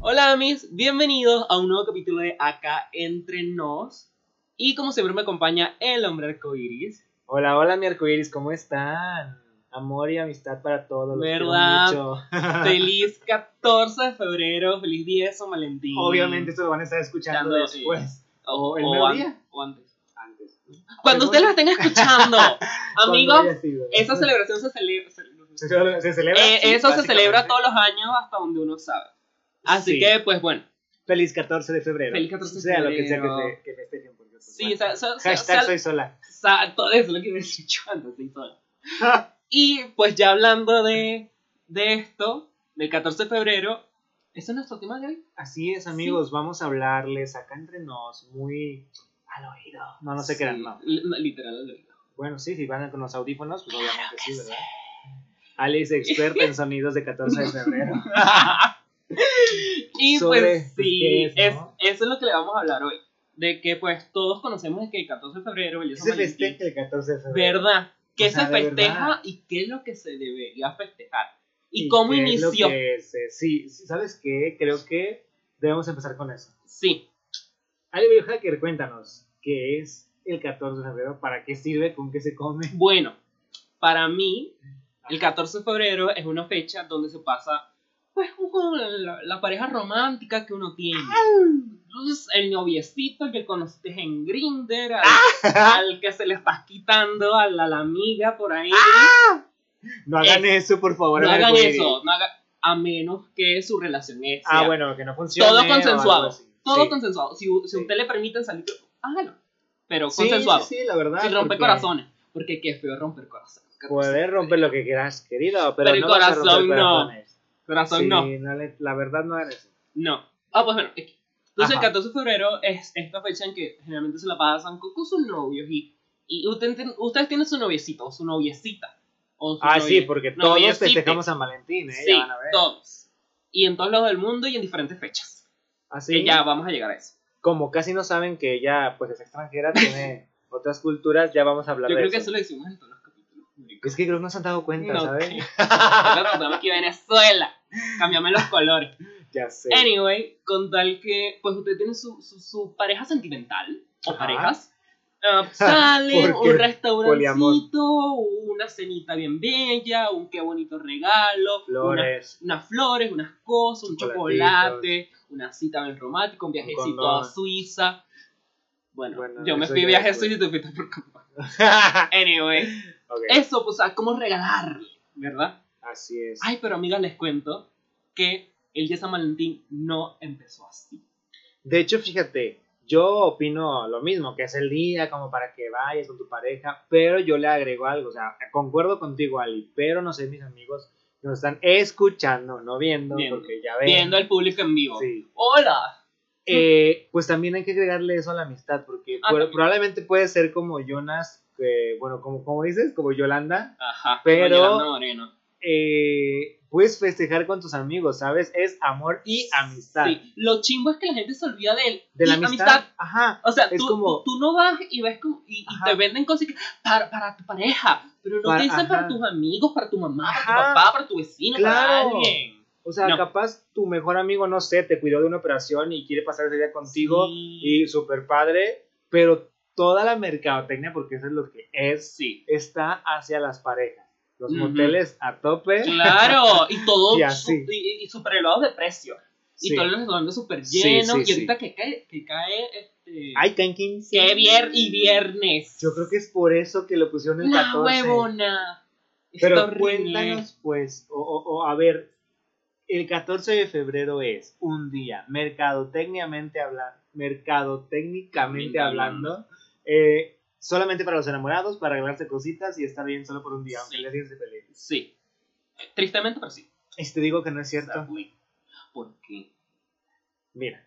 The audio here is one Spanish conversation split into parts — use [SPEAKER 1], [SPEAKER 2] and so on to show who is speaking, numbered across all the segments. [SPEAKER 1] Hola amis, bienvenidos a un nuevo capítulo de Acá Entre Nos. Y como siempre me acompaña el hombre arcoiris.
[SPEAKER 2] Hola, hola, mi arcoíris, ¿cómo están? Amor y amistad para todos. los quiero
[SPEAKER 1] ¿Verdad?
[SPEAKER 2] mucho.
[SPEAKER 1] Feliz 14 de febrero, feliz día de San Valentín.
[SPEAKER 2] Obviamente esto lo van a estar escuchando
[SPEAKER 1] Escuchando, sí.
[SPEAKER 2] después.
[SPEAKER 1] O,
[SPEAKER 2] ¿El
[SPEAKER 1] o
[SPEAKER 2] mero
[SPEAKER 1] an-
[SPEAKER 2] día?
[SPEAKER 1] o antes.
[SPEAKER 2] Antes.
[SPEAKER 1] Cuando
[SPEAKER 2] Según-
[SPEAKER 1] ustedes lo estén escuchando, amigos,
[SPEAKER 2] Cuando haya sido.
[SPEAKER 1] esa celebración se celebra.
[SPEAKER 2] ¿Se celebra? ¿Se celebra? Sí,
[SPEAKER 1] Eh, eso se
[SPEAKER 2] básicamente.
[SPEAKER 1] celebra todos los años hasta donde uno sabe. Así
[SPEAKER 2] Sí.
[SPEAKER 1] que, pues bueno,
[SPEAKER 2] Feliz 14 de febrero.
[SPEAKER 1] Feliz 14 de
[SPEAKER 2] Sea lo que sea que,
[SPEAKER 1] febrero.
[SPEAKER 2] fe- que festejen. porque, pues,
[SPEAKER 1] sí,
[SPEAKER 2] bueno.
[SPEAKER 1] o sea, so- so-
[SPEAKER 2] Hashtag
[SPEAKER 1] so-
[SPEAKER 2] soy sola.
[SPEAKER 1] Sa- todo eso es lo que me he dicho antes, sí, todo. Y pues ya hablando de, de esto, del 14 de febrero, ¿eso es nuestro tema de hoy?
[SPEAKER 2] Así es, amigos, vamos a hablarles acá entre nos, muy al oído. No, no se
[SPEAKER 1] Sí,
[SPEAKER 2] crean, no.
[SPEAKER 1] li- no, Literal, al oído.
[SPEAKER 2] Bueno, sí, si van con los audífonos, pues obviamente sí, ¿verdad? Alice, experta en sonidos de 14 de febrero.
[SPEAKER 1] y
[SPEAKER 2] Sobre,
[SPEAKER 1] pues
[SPEAKER 2] pues,
[SPEAKER 1] sí,
[SPEAKER 2] ¿qué
[SPEAKER 1] es,
[SPEAKER 2] es, no?
[SPEAKER 1] eso es lo que le vamos a hablar hoy. De que pues todos conocemos que el 14 de febrero, el día de
[SPEAKER 2] Se
[SPEAKER 1] San Valentín,
[SPEAKER 2] festeja el 14 de febrero.
[SPEAKER 1] ¿verdad? ¿Qué
[SPEAKER 2] O sea,
[SPEAKER 1] se
[SPEAKER 2] de
[SPEAKER 1] festeja
[SPEAKER 2] verdad.
[SPEAKER 1] y qué es lo que se debería festejar? ¿Y, cómo
[SPEAKER 2] qué es lo
[SPEAKER 1] inició?
[SPEAKER 2] que es, eh, sí, sí, ¿sabes qué? Creo que debemos empezar con eso.
[SPEAKER 1] Sí,
[SPEAKER 2] Ali Biohacker, cuéntanos, ¿qué es el 14 de febrero? ¿Para qué sirve? ¿Con qué se come?
[SPEAKER 1] bueno, para mí El 14 de febrero es una fecha donde se pasa, pues, con la, la pareja romántica que uno tiene. Entonces, el noviecito que conociste en Grinder, al,
[SPEAKER 2] Ah.
[SPEAKER 1] al que se le estás quitando a la, la amiga por ahí.
[SPEAKER 2] Ah. No hagan eso, por favor.
[SPEAKER 1] no
[SPEAKER 2] en el
[SPEAKER 1] hagan
[SPEAKER 2] Guiri.
[SPEAKER 1] eso, no haga- a menos que su relación es.
[SPEAKER 2] Ah,
[SPEAKER 1] sea
[SPEAKER 2] bueno, que no funciona.
[SPEAKER 1] Todo consensuado, Todo consensuado. Si, si
[SPEAKER 2] Sí.
[SPEAKER 1] usted le permiten salir, hágalo. Pero consensuado.
[SPEAKER 2] Sí, sí, la verdad.
[SPEAKER 1] Sin romper
[SPEAKER 2] porque
[SPEAKER 1] corazones. Porque qué feo romper corazones.
[SPEAKER 2] Puedes romper lo que quieras, querido, pero,
[SPEAKER 1] Pero el
[SPEAKER 2] no vas a romper
[SPEAKER 1] corazón no.
[SPEAKER 2] corazones.
[SPEAKER 1] Corazón
[SPEAKER 2] Sí,
[SPEAKER 1] no.
[SPEAKER 2] le- la verdad no hagan eso.
[SPEAKER 1] No. Ah, pues bueno. es que- Entonces
[SPEAKER 2] Ajá.
[SPEAKER 1] el 14 de febrero es esta fecha en que generalmente se la pasan con, con sus novios y, y usted ten- ustedes tienen su noviecito o su noviecita. O su
[SPEAKER 2] Ah,
[SPEAKER 1] novie-
[SPEAKER 2] sí, porque
[SPEAKER 1] no,
[SPEAKER 2] todos
[SPEAKER 1] oye, sí,
[SPEAKER 2] festejamos San Valentín, ¿eh?
[SPEAKER 1] Sí,
[SPEAKER 2] ya van a ver.
[SPEAKER 1] todos. Y en todos lados del mundo y en diferentes fechas.
[SPEAKER 2] Así,
[SPEAKER 1] Que ya vamos a llegar a eso.
[SPEAKER 2] como casi no saben que ella pues es extranjera, tiene otras culturas, ya vamos a hablar
[SPEAKER 1] Yo
[SPEAKER 2] de
[SPEAKER 1] creo que
[SPEAKER 2] eso.
[SPEAKER 1] eso lo decimos en todos los capítulos. marico.
[SPEAKER 2] Es que creo que no se han dado cuenta,
[SPEAKER 1] No,
[SPEAKER 2] ¿sabes?
[SPEAKER 1] creo. Nosotros nos vemos aquí Venezuela. Cambiame los colores.
[SPEAKER 2] Ya sé.
[SPEAKER 1] Anyway, con tal que, pues usted tiene su, su, su pareja sentimental o
[SPEAKER 2] Ajá.
[SPEAKER 1] parejas. ah, salen
[SPEAKER 2] ¿Por qué?
[SPEAKER 1] un restaurancito,
[SPEAKER 2] Poliamor.
[SPEAKER 1] una cenita bien bella, un qué bonito regalo, unas-
[SPEAKER 2] Flores,
[SPEAKER 1] unas flores, unas cosas, un chocolate, una cita bien romántica, un viajecito a
[SPEAKER 2] condón.
[SPEAKER 1] Suiza. Bueno,
[SPEAKER 2] Bueno,
[SPEAKER 1] yo me
[SPEAKER 2] eso
[SPEAKER 1] fui
[SPEAKER 2] ya
[SPEAKER 1] viaje a
[SPEAKER 2] después.
[SPEAKER 1] Suiza y te fuiste por Cancún. Anyway,
[SPEAKER 2] Ok,
[SPEAKER 1] eso, pues, o sea, cómo regalarle, ¿verdad?
[SPEAKER 2] así es.
[SPEAKER 1] Ay, pero amigas, les cuento que el día de San Valentín no empezó así.
[SPEAKER 2] De hecho, fíjate, yo opino lo mismo, que es el día como para que vayas con tu pareja, pero yo le agrego algo, o sea, concuerdo contigo, Ali, pero no sé, mis amigos que nos están escuchando, no viendo,
[SPEAKER 1] Viendo.
[SPEAKER 2] porque ya ven.
[SPEAKER 1] viendo al público en vivo.
[SPEAKER 2] Sí.
[SPEAKER 1] Hola.
[SPEAKER 2] Eh, pues también hay que agregarle eso a la amistad, porque
[SPEAKER 1] Ah,
[SPEAKER 2] pro-
[SPEAKER 1] también.
[SPEAKER 2] probablemente puede ser como Jonas, que, bueno, como, como dices, como Yolanda,
[SPEAKER 1] Ajá.
[SPEAKER 2] Pero-
[SPEAKER 1] como Yolanda Moreno.
[SPEAKER 2] eh, puedes festejar con tus amigos, ¿sabes? Es amor y amistad.
[SPEAKER 1] Sí. Lo chimbo es que la gente se olvida de él.
[SPEAKER 2] De la
[SPEAKER 1] Y
[SPEAKER 2] amistad, Ajá.
[SPEAKER 1] O sea,
[SPEAKER 2] Es
[SPEAKER 1] tú,
[SPEAKER 2] como-
[SPEAKER 1] tú, tú no vas y ves como, y, y
[SPEAKER 2] Ajá.
[SPEAKER 1] te venden cosas que- para, para tu pareja, pero no
[SPEAKER 2] Para-
[SPEAKER 1] te dicen para
[SPEAKER 2] ajá.
[SPEAKER 1] tus amigos, para tu mamá, para tu
[SPEAKER 2] Ajá.
[SPEAKER 1] papá, para tu vecino,
[SPEAKER 2] Claro.
[SPEAKER 1] para alguien.
[SPEAKER 2] O sea,
[SPEAKER 1] No.
[SPEAKER 2] capaz tu mejor amigo, no sé, te cuidó de una operación y quiere pasar ese día contigo
[SPEAKER 1] Sí.
[SPEAKER 2] y super padre, pero toda la mercadotecnia, porque eso es lo que es,
[SPEAKER 1] Sí.
[SPEAKER 2] está hacia las parejas. Los
[SPEAKER 1] Ujú.
[SPEAKER 2] moteles a tope.
[SPEAKER 1] Claro, y todo
[SPEAKER 2] ¿Eh? Y
[SPEAKER 1] su-
[SPEAKER 2] así.
[SPEAKER 1] y, y super elevado de precio. Y
[SPEAKER 2] Sí.
[SPEAKER 1] todos los restaurantes super
[SPEAKER 2] Sí,
[SPEAKER 1] llenos.
[SPEAKER 2] sí,
[SPEAKER 1] y ahorita
[SPEAKER 2] sí.
[SPEAKER 1] que cae, que cae este.
[SPEAKER 2] Ay, caen 15.
[SPEAKER 1] que vier y viernes.
[SPEAKER 2] Yo creo que es por eso que lo pusieron el
[SPEAKER 1] La
[SPEAKER 2] 14.
[SPEAKER 1] huevona. Está
[SPEAKER 2] Pero
[SPEAKER 1] horrible.
[SPEAKER 2] cuéntanos, pues, o, o- o, a ver, el 14 de febrero es un día, mercadotecniamente hablando, mercadotécnicamente
[SPEAKER 1] Mercadotecnicamente.
[SPEAKER 2] hablando, eh, solamente para los enamorados, para ganarse cositas y estar bien solo por un día, aunque
[SPEAKER 1] Sí.
[SPEAKER 2] les digan se peleen.
[SPEAKER 1] Sí. Tristemente, pero sí.
[SPEAKER 2] Y te digo que no es cierto.
[SPEAKER 1] Sadly. Porque
[SPEAKER 2] Mira,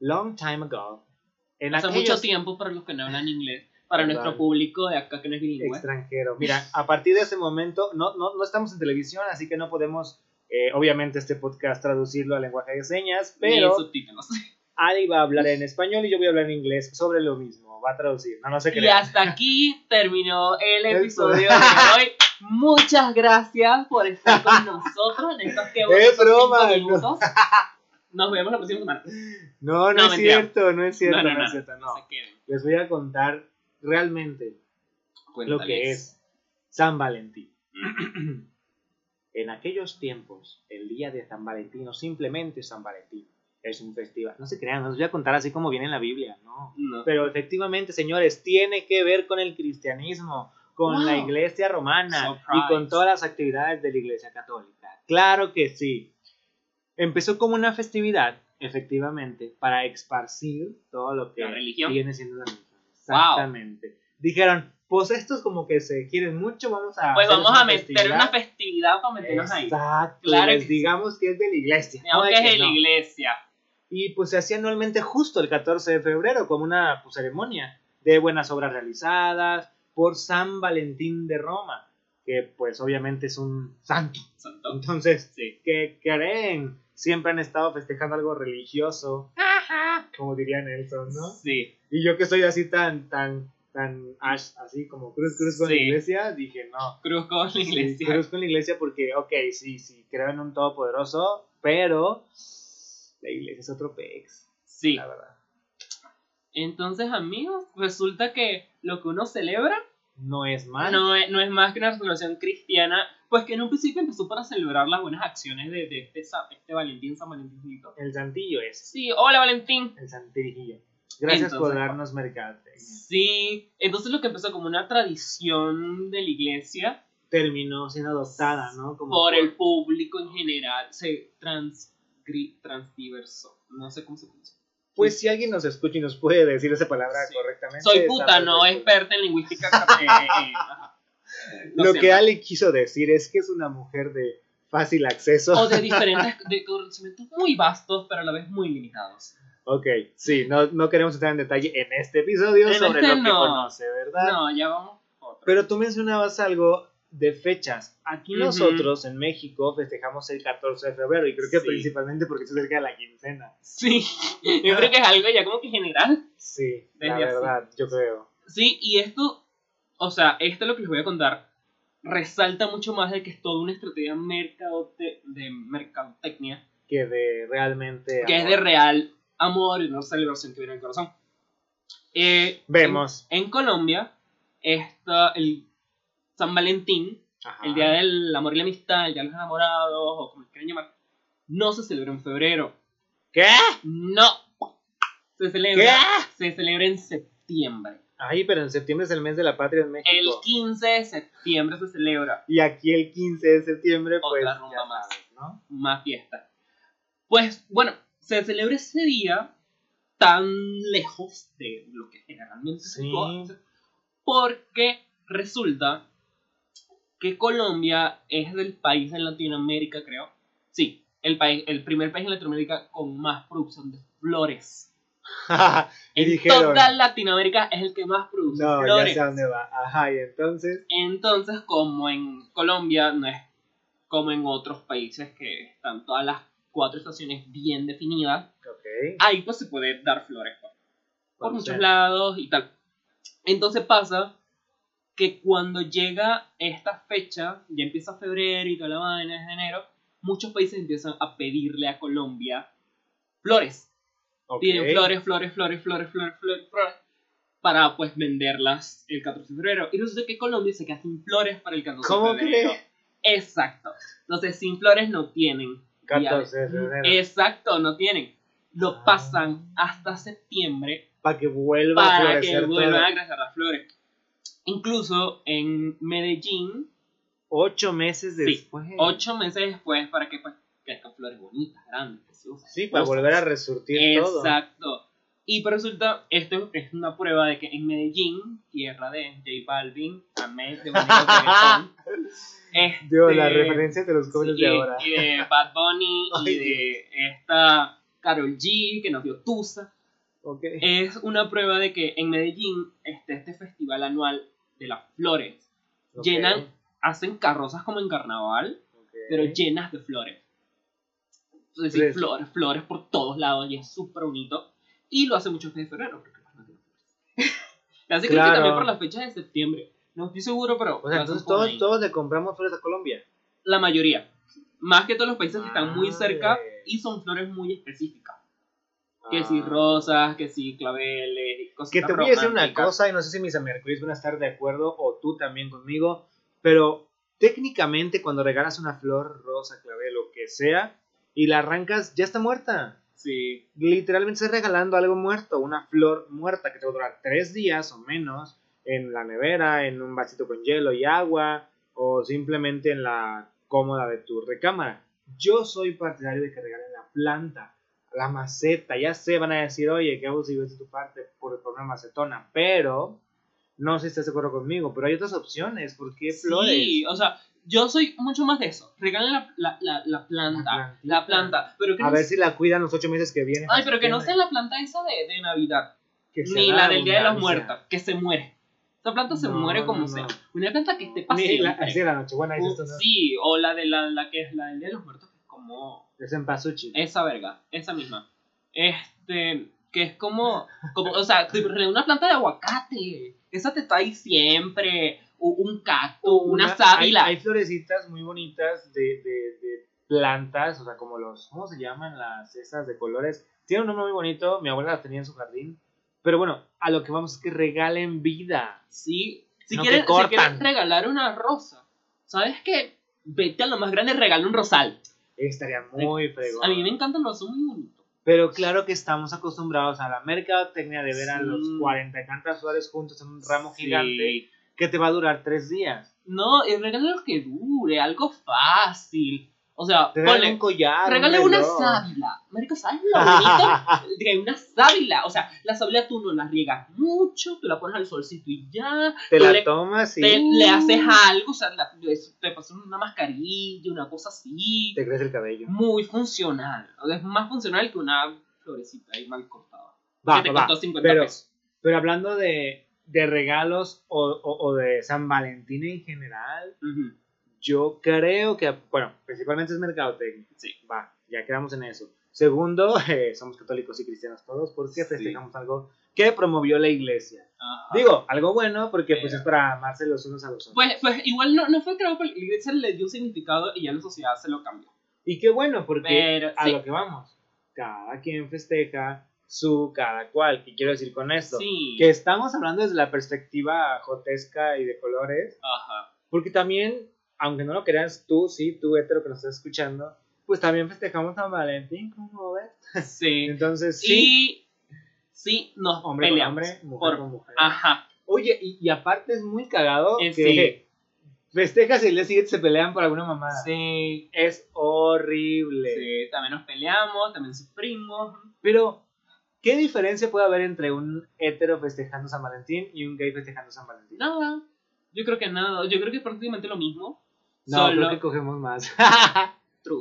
[SPEAKER 2] long time ago, en
[SPEAKER 1] hace
[SPEAKER 2] aquellos
[SPEAKER 1] mucho tiempo, para los que no hablan inglés, para
[SPEAKER 2] Vale.
[SPEAKER 1] nuestro público de acá que no es bilingüe,
[SPEAKER 2] extranjero. ¿eh? Mira, a partir de ese momento no, no, no estamos en televisión, así que no podemos, eh, obviamente, este podcast traducirlo al lenguaje de señas,
[SPEAKER 1] ni
[SPEAKER 2] pero
[SPEAKER 1] subtítulos.
[SPEAKER 2] Ali va a hablar en español y yo voy a hablar en inglés sobre lo mismo. Va a traducir, no, no se
[SPEAKER 1] Y
[SPEAKER 2] crean.
[SPEAKER 1] hasta aquí terminó el
[SPEAKER 2] Eso.
[SPEAKER 1] episodio de hoy. Muchas gracias por estar con nosotros en estos que
[SPEAKER 2] Es broma,
[SPEAKER 1] bonitos cinco
[SPEAKER 2] no.
[SPEAKER 1] minutos. Nos vemos la próxima semana.
[SPEAKER 2] No, no,
[SPEAKER 1] No,
[SPEAKER 2] es
[SPEAKER 1] mentira.
[SPEAKER 2] cierto, no es cierto,
[SPEAKER 1] no,
[SPEAKER 2] no,
[SPEAKER 1] no, no,
[SPEAKER 2] es cierto, no.
[SPEAKER 1] se queden.
[SPEAKER 2] Les voy a contar realmente lo que
[SPEAKER 1] Cuéntales.
[SPEAKER 2] es San Valentín. en aquellos tiempos, el día de San Valentín, o simplemente San Valentín, es un festival. No se crean, no les voy a contar así como viene en la Biblia, no.
[SPEAKER 1] No.
[SPEAKER 2] Pero efectivamente, señores, tiene que ver con el cristianismo, con la
[SPEAKER 1] Wow.
[SPEAKER 2] iglesia romana
[SPEAKER 1] Surprise.
[SPEAKER 2] y con todas las actividades de la iglesia católica. Claro que sí. Empezó como una festividad, efectivamente, para esparcir todo lo que
[SPEAKER 1] La religión.
[SPEAKER 2] viene siendo la religión. Exactamente. Dijeron, pues estos como que se quieren mucho, vamos a...
[SPEAKER 1] Pues
[SPEAKER 2] hacer
[SPEAKER 1] vamos
[SPEAKER 2] una
[SPEAKER 1] a meter una festividad para meternos ahí.
[SPEAKER 2] Exacto.
[SPEAKER 1] Claro
[SPEAKER 2] les
[SPEAKER 1] que sí.
[SPEAKER 2] digamos que es de la iglesia.
[SPEAKER 1] Digamos que
[SPEAKER 2] no de
[SPEAKER 1] es
[SPEAKER 2] que
[SPEAKER 1] de la
[SPEAKER 2] no.
[SPEAKER 1] iglesia.
[SPEAKER 2] Y pues se hacía anualmente justo el 14 de febrero como una pues, ceremonia de buenas obras realizadas por San Valentín de Roma, que pues obviamente es un santo.
[SPEAKER 1] Santo.
[SPEAKER 2] Entonces,
[SPEAKER 1] Sí.
[SPEAKER 2] ¿qué creen? Siempre han estado festejando algo religioso, como diría Nelson, ¿no?
[SPEAKER 1] Sí.
[SPEAKER 2] Y yo que soy así tan, tan, tan ash, así como cruz, cruz con la
[SPEAKER 1] Sí.
[SPEAKER 2] iglesia, dije, no.
[SPEAKER 1] Cruz con la
[SPEAKER 2] Sí,
[SPEAKER 1] iglesia.
[SPEAKER 2] cruz con la iglesia porque, ok, sí, sí, creo en un todopoderoso, pero la iglesia es otro pex,
[SPEAKER 1] Sí.
[SPEAKER 2] la verdad.
[SPEAKER 1] Entonces, amigos, resulta que lo que uno celebra
[SPEAKER 2] No es mal.
[SPEAKER 1] no es, no es más que una restauración cristiana, pues que en un principio empezó para celebrar las buenas acciones de, de este, sa- este Valentín, San Valentíncito.
[SPEAKER 2] El santillo es.
[SPEAKER 1] Sí, hola Valentín.
[SPEAKER 2] El santillo. Gracias por
[SPEAKER 1] Entonces,
[SPEAKER 2] darnos mercadotecnia.
[SPEAKER 1] Sí, entonces lo que empezó como una tradición de la iglesia,
[SPEAKER 2] Terminó siendo adoptada, ¿no? Como
[SPEAKER 1] por el público en general se transgri, transdiversó. No sé cómo se pronuncia.
[SPEAKER 2] Pues si alguien nos escucha y nos puede decir esa palabra
[SPEAKER 1] Sí.
[SPEAKER 2] correctamente.
[SPEAKER 1] Soy
[SPEAKER 2] está
[SPEAKER 1] puta, no
[SPEAKER 2] perfecto.
[SPEAKER 1] experta en lingüística. eh, eh, eh, ajá.
[SPEAKER 2] Lo que
[SPEAKER 1] siento.
[SPEAKER 2] Ale quiso decir es que es una mujer de fácil acceso.
[SPEAKER 1] O de diferentes de conocimientos muy vastos, pero a la vez muy limitados.
[SPEAKER 2] Ok, sí, no, no queremos entrar en detalle en este episodio
[SPEAKER 1] En
[SPEAKER 2] sobre
[SPEAKER 1] este
[SPEAKER 2] lo que
[SPEAKER 1] no.
[SPEAKER 2] conoce, ¿verdad?
[SPEAKER 1] No, ya vamos. a otro.
[SPEAKER 2] Pero tú mencionabas algo de fechas. Aquí
[SPEAKER 1] Ujú.
[SPEAKER 2] nosotros en México festejamos el 14 de febrero y creo que
[SPEAKER 1] Sí.
[SPEAKER 2] principalmente porque se acerca la quincena.
[SPEAKER 1] Sí, yo creo que es algo ya como que general.
[SPEAKER 2] Sí, la
[SPEAKER 1] Desde hace-
[SPEAKER 2] verdad, yo creo.
[SPEAKER 1] Sí, y esto, o sea, esto es lo que les voy a contar. Resalta mucho más de que es toda una estrategia mercadote- de mercadotecnia
[SPEAKER 2] Que de realmente...
[SPEAKER 1] que es
[SPEAKER 2] amor.
[SPEAKER 1] de real amor y una celebración que viene del corazón. Eh,
[SPEAKER 2] Vemos.
[SPEAKER 1] En, en Colombia, está el San Valentín,
[SPEAKER 2] Ajá.
[SPEAKER 1] el Día del Amor y la Amistad, el Día de los Enamorados, o como quieran llamar, no se celebra en febrero.
[SPEAKER 2] ¿Qué?
[SPEAKER 1] No. Se celebra, se celebra en septiembre.
[SPEAKER 2] Ay, pero en septiembre es el mes de la patria en
[SPEAKER 1] El
[SPEAKER 2] México.
[SPEAKER 1] 15 de septiembre se celebra
[SPEAKER 2] Y aquí el 15 de septiembre,
[SPEAKER 1] Otra
[SPEAKER 2] pues...
[SPEAKER 1] rumba
[SPEAKER 2] ya
[SPEAKER 1] más.
[SPEAKER 2] sabes, ¿no?
[SPEAKER 1] más fiesta. Pues bueno, se celebra ese día tan lejos de lo que generalmente se
[SPEAKER 2] Sí.
[SPEAKER 1] conoce, porque resulta que Colombia es del país en Latinoamérica, creo. Sí, el, país, el primer país en Latinoamérica con más producción de flores.
[SPEAKER 2] Y
[SPEAKER 1] En
[SPEAKER 2] dijeron,
[SPEAKER 1] toda Latinoamérica es el que más produce
[SPEAKER 2] no, ya
[SPEAKER 1] flores.
[SPEAKER 2] sé a dónde va. Ajá, y entonces...
[SPEAKER 1] Entonces, como en Colombia no es como en otros países que están todas las cuatro estaciones bien definidas,
[SPEAKER 2] Ok.
[SPEAKER 1] ahí pues se puede dar flores por, por
[SPEAKER 2] cuando
[SPEAKER 1] muchos
[SPEAKER 2] sea.
[SPEAKER 1] lados y tal. Entonces pasa que cuando llega esta fecha, ya empieza febrero y toda la vaina es de enero, muchos países empiezan a pedirle a Colombia flores.
[SPEAKER 2] Ok.
[SPEAKER 1] Piden flores, flores, flores, flores, flores, flores, flores, para pues venderlas el 14 de febrero. Y resulta que Colombia se queda sin flores para el 14
[SPEAKER 2] ¿Cómo
[SPEAKER 1] de febrero.
[SPEAKER 2] crees?
[SPEAKER 1] Exacto. Entonces, sin flores no tienen.
[SPEAKER 2] 14 de
[SPEAKER 1] día
[SPEAKER 2] febrero.
[SPEAKER 1] Exacto, no tienen. Lo
[SPEAKER 2] Ah.
[SPEAKER 1] pasan hasta septiembre
[SPEAKER 2] Para que vuelva a
[SPEAKER 1] para que
[SPEAKER 2] florecer
[SPEAKER 1] vuelvan
[SPEAKER 2] todo.
[SPEAKER 1] a crecer las flores. Incluso en Medellín,
[SPEAKER 2] Ocho meses
[SPEAKER 1] Sí,
[SPEAKER 2] después.
[SPEAKER 1] ocho meses después, para que pues, crezcan flores bonitas, grandes, preciosas.
[SPEAKER 2] Sí, para
[SPEAKER 1] hermosas.
[SPEAKER 2] volver a resurtir todo.
[SPEAKER 1] Exacto. Y pues resulta, esto es una prueba de que en Medellín, tierra de J Balvin, amé de bonito reggaetón, este,
[SPEAKER 2] Dios, las referencias de los jóvenes
[SPEAKER 1] sí,
[SPEAKER 2] de
[SPEAKER 1] y-
[SPEAKER 2] ahora.
[SPEAKER 1] Y de Bad Bunny
[SPEAKER 2] Ay,
[SPEAKER 1] y de esta Carol G que nos dio Tusa.
[SPEAKER 2] Ok.
[SPEAKER 1] Es una prueba de que en Medellín está este festival anual de las flores.
[SPEAKER 2] ok,
[SPEAKER 1] llenan- Hacen carrozas como en carnaval,
[SPEAKER 2] ok.
[SPEAKER 1] pero llenas de flores. Entonces, sí,
[SPEAKER 2] Fresco.
[SPEAKER 1] flores, flores por todos lados y es súper bonito. Y lo hace mucho de febrero. Porque pues, no tiene flores. Así creo que
[SPEAKER 2] Claro.
[SPEAKER 1] también por las fechas de septiembre. No estoy seguro, pero.
[SPEAKER 2] O
[SPEAKER 1] lo hacen
[SPEAKER 2] sea, entonces
[SPEAKER 1] por
[SPEAKER 2] todos,
[SPEAKER 1] ahí.
[SPEAKER 2] todos le compramos flores a Colombia. Ah,
[SPEAKER 1] La mayoría. Más que todos los países que están muy cerca
[SPEAKER 2] Madre.
[SPEAKER 1] y son flores muy específicas. Que si rosas, que si claveles, y cosas
[SPEAKER 2] Ah. Que te voy a decir una cosa, y no sé si mis Mercuris van a estar de acuerdo o tú también conmigo, pero técnicamente cuando regalas una flor, rosa, clavel, lo que sea, y la arrancas, ya está muerta.
[SPEAKER 1] Sí,
[SPEAKER 2] Literalmente estás regalando algo muerto, una flor muerta que te va a durar tres días o menos en la nevera, en un vasito con hielo y agua, o simplemente en la cómoda de tu recámara. Yo soy partidario de que regalen la planta, la maceta. Ya sé, van a decir, oye, qué abusivo es de tu parte por por una macetona, pero no sé si estás de acuerdo conmigo, pero hay otras opciones. ¿Por qué flores?
[SPEAKER 1] Sí, o sea, yo soy mucho más de eso. Regalen la, la, la, la planta.
[SPEAKER 2] plantita.
[SPEAKER 1] La planta. Pero que
[SPEAKER 2] A
[SPEAKER 1] no
[SPEAKER 2] ver
[SPEAKER 1] se-
[SPEAKER 2] si la cuidan los ocho meses que vienen.
[SPEAKER 1] Ay, pero que no sea
[SPEAKER 2] septiembre,
[SPEAKER 1] la planta esa de, de Navidad.
[SPEAKER 2] que sea
[SPEAKER 1] ni la del Día de los
[SPEAKER 2] abundancia.
[SPEAKER 1] Muertos. Que se muere. Esa planta se
[SPEAKER 2] No,
[SPEAKER 1] muere como
[SPEAKER 2] no,
[SPEAKER 1] sea.
[SPEAKER 2] no.
[SPEAKER 1] Una planta que esté
[SPEAKER 2] Ni la,
[SPEAKER 1] pasando.
[SPEAKER 2] así de la noche. Bueno, ahí sí esto no-
[SPEAKER 1] Sí, o la de la, la que es la del Día de los Muertos, que es como.
[SPEAKER 2] Es en Pasuchi.
[SPEAKER 1] Esa verga, esa misma. Este, que es como, como o sea, te- una planta de aguacate. Esa te está ahí siempre. u- Un cactus, una, sábila.
[SPEAKER 2] Hay, hay florecitas muy bonitas de, de- de plantas, o sea, como los, ¿cómo se llaman las esas de colores? Tiene un nombre muy bonito, mi abuela las tenía en su jardín. Pero bueno, a lo que vamos es que regalen vida.
[SPEAKER 1] Sí, si,
[SPEAKER 2] No, que
[SPEAKER 1] quieres, si
[SPEAKER 2] cortan.
[SPEAKER 1] quieres regalar una rosa, ¿sabes qué? Vete a lo más grande, regala un rosal.
[SPEAKER 2] Estaría muy fregón.
[SPEAKER 1] A mí me encantan los son muy bonitos.
[SPEAKER 2] Pero claro que estamos acostumbrados a la mercadotecnia de ver a
[SPEAKER 1] Sí.
[SPEAKER 2] los cuarenta y tantas flores juntos en un ramo
[SPEAKER 1] Sí.
[SPEAKER 2] gigante que te va a durar tres días.
[SPEAKER 1] No, y regala lo que dure, algo fácil. O sea,
[SPEAKER 2] Te dan
[SPEAKER 1] ponle-
[SPEAKER 2] un collar. un
[SPEAKER 1] Regale una
[SPEAKER 2] reloj.
[SPEAKER 1] sábila. Marico, ¿sabes lo bonito? Que hay una sábila. O sea, la sábila tú no la riegas mucho, tú la pones al solcito y ya.
[SPEAKER 2] Te
[SPEAKER 1] Tú
[SPEAKER 2] la
[SPEAKER 1] le,
[SPEAKER 2] tomas y ¡uh!
[SPEAKER 1] te- le haces algo, o sea, la- le- te pasas una mascarilla, una cosa así.
[SPEAKER 2] te crece el cabello.
[SPEAKER 1] Muy funcional. O sea, es más funcional que una florecita ahí mal cortada.
[SPEAKER 2] Va,
[SPEAKER 1] que te
[SPEAKER 2] va, va.
[SPEAKER 1] costó 50
[SPEAKER 2] pero-
[SPEAKER 1] pesos.
[SPEAKER 2] Pero hablando de, de regalos o, o- o de San Valentín en general,
[SPEAKER 1] Ujú.
[SPEAKER 2] yo creo que, bueno, principalmente es mercadotecnia.
[SPEAKER 1] Sí.
[SPEAKER 2] Va, ya quedamos en eso. Segundo, eh, somos católicos y cristianos todos porque
[SPEAKER 1] Sí.
[SPEAKER 2] festejamos algo que promovió la iglesia.
[SPEAKER 1] Ajá.
[SPEAKER 2] Digo, algo bueno porque pues
[SPEAKER 1] Pero-
[SPEAKER 2] es para amarse los unos a los otros.
[SPEAKER 1] Pues, pues igual no, no fue creado por la iglesia, le dio un significado y ya la sociedad se lo cambió.
[SPEAKER 2] y qué bueno porque
[SPEAKER 1] Pero,
[SPEAKER 2] a
[SPEAKER 1] sí.
[SPEAKER 2] lo que vamos, cada quien festeja su cada cual. ¿Qué quiero decir con esto?
[SPEAKER 1] Sí.
[SPEAKER 2] Que estamos hablando desde la perspectiva jotesca y de colores.
[SPEAKER 1] Ajá.
[SPEAKER 2] Porque también, aunque no lo creas tú, sí, tú hetero que nos estás escuchando, pues también festejamos San Valentín, ¿cómo ves?
[SPEAKER 1] Sí.
[SPEAKER 2] Entonces, sí,
[SPEAKER 1] Y sí, nos
[SPEAKER 2] hombre
[SPEAKER 1] peleamos.
[SPEAKER 2] con hombre, mujer
[SPEAKER 1] por-
[SPEAKER 2] con mujer.
[SPEAKER 1] Ajá.
[SPEAKER 2] Oye, y, y aparte es muy cagado
[SPEAKER 1] Eh,
[SPEAKER 2] que festejas y el día siguiente se pelean por alguna mamada.
[SPEAKER 1] Sí.
[SPEAKER 2] Es horrible.
[SPEAKER 1] sí, También nos peleamos, también sufrimos.
[SPEAKER 2] Pero, ¿qué diferencia puede haber entre un hetero festejando San Valentín y un gay festejando San Valentín?
[SPEAKER 1] Nada. Yo creo que nada. Yo creo que es prácticamente lo mismo.
[SPEAKER 2] No,
[SPEAKER 1] solo
[SPEAKER 2] creo que cogemos más.
[SPEAKER 1] true.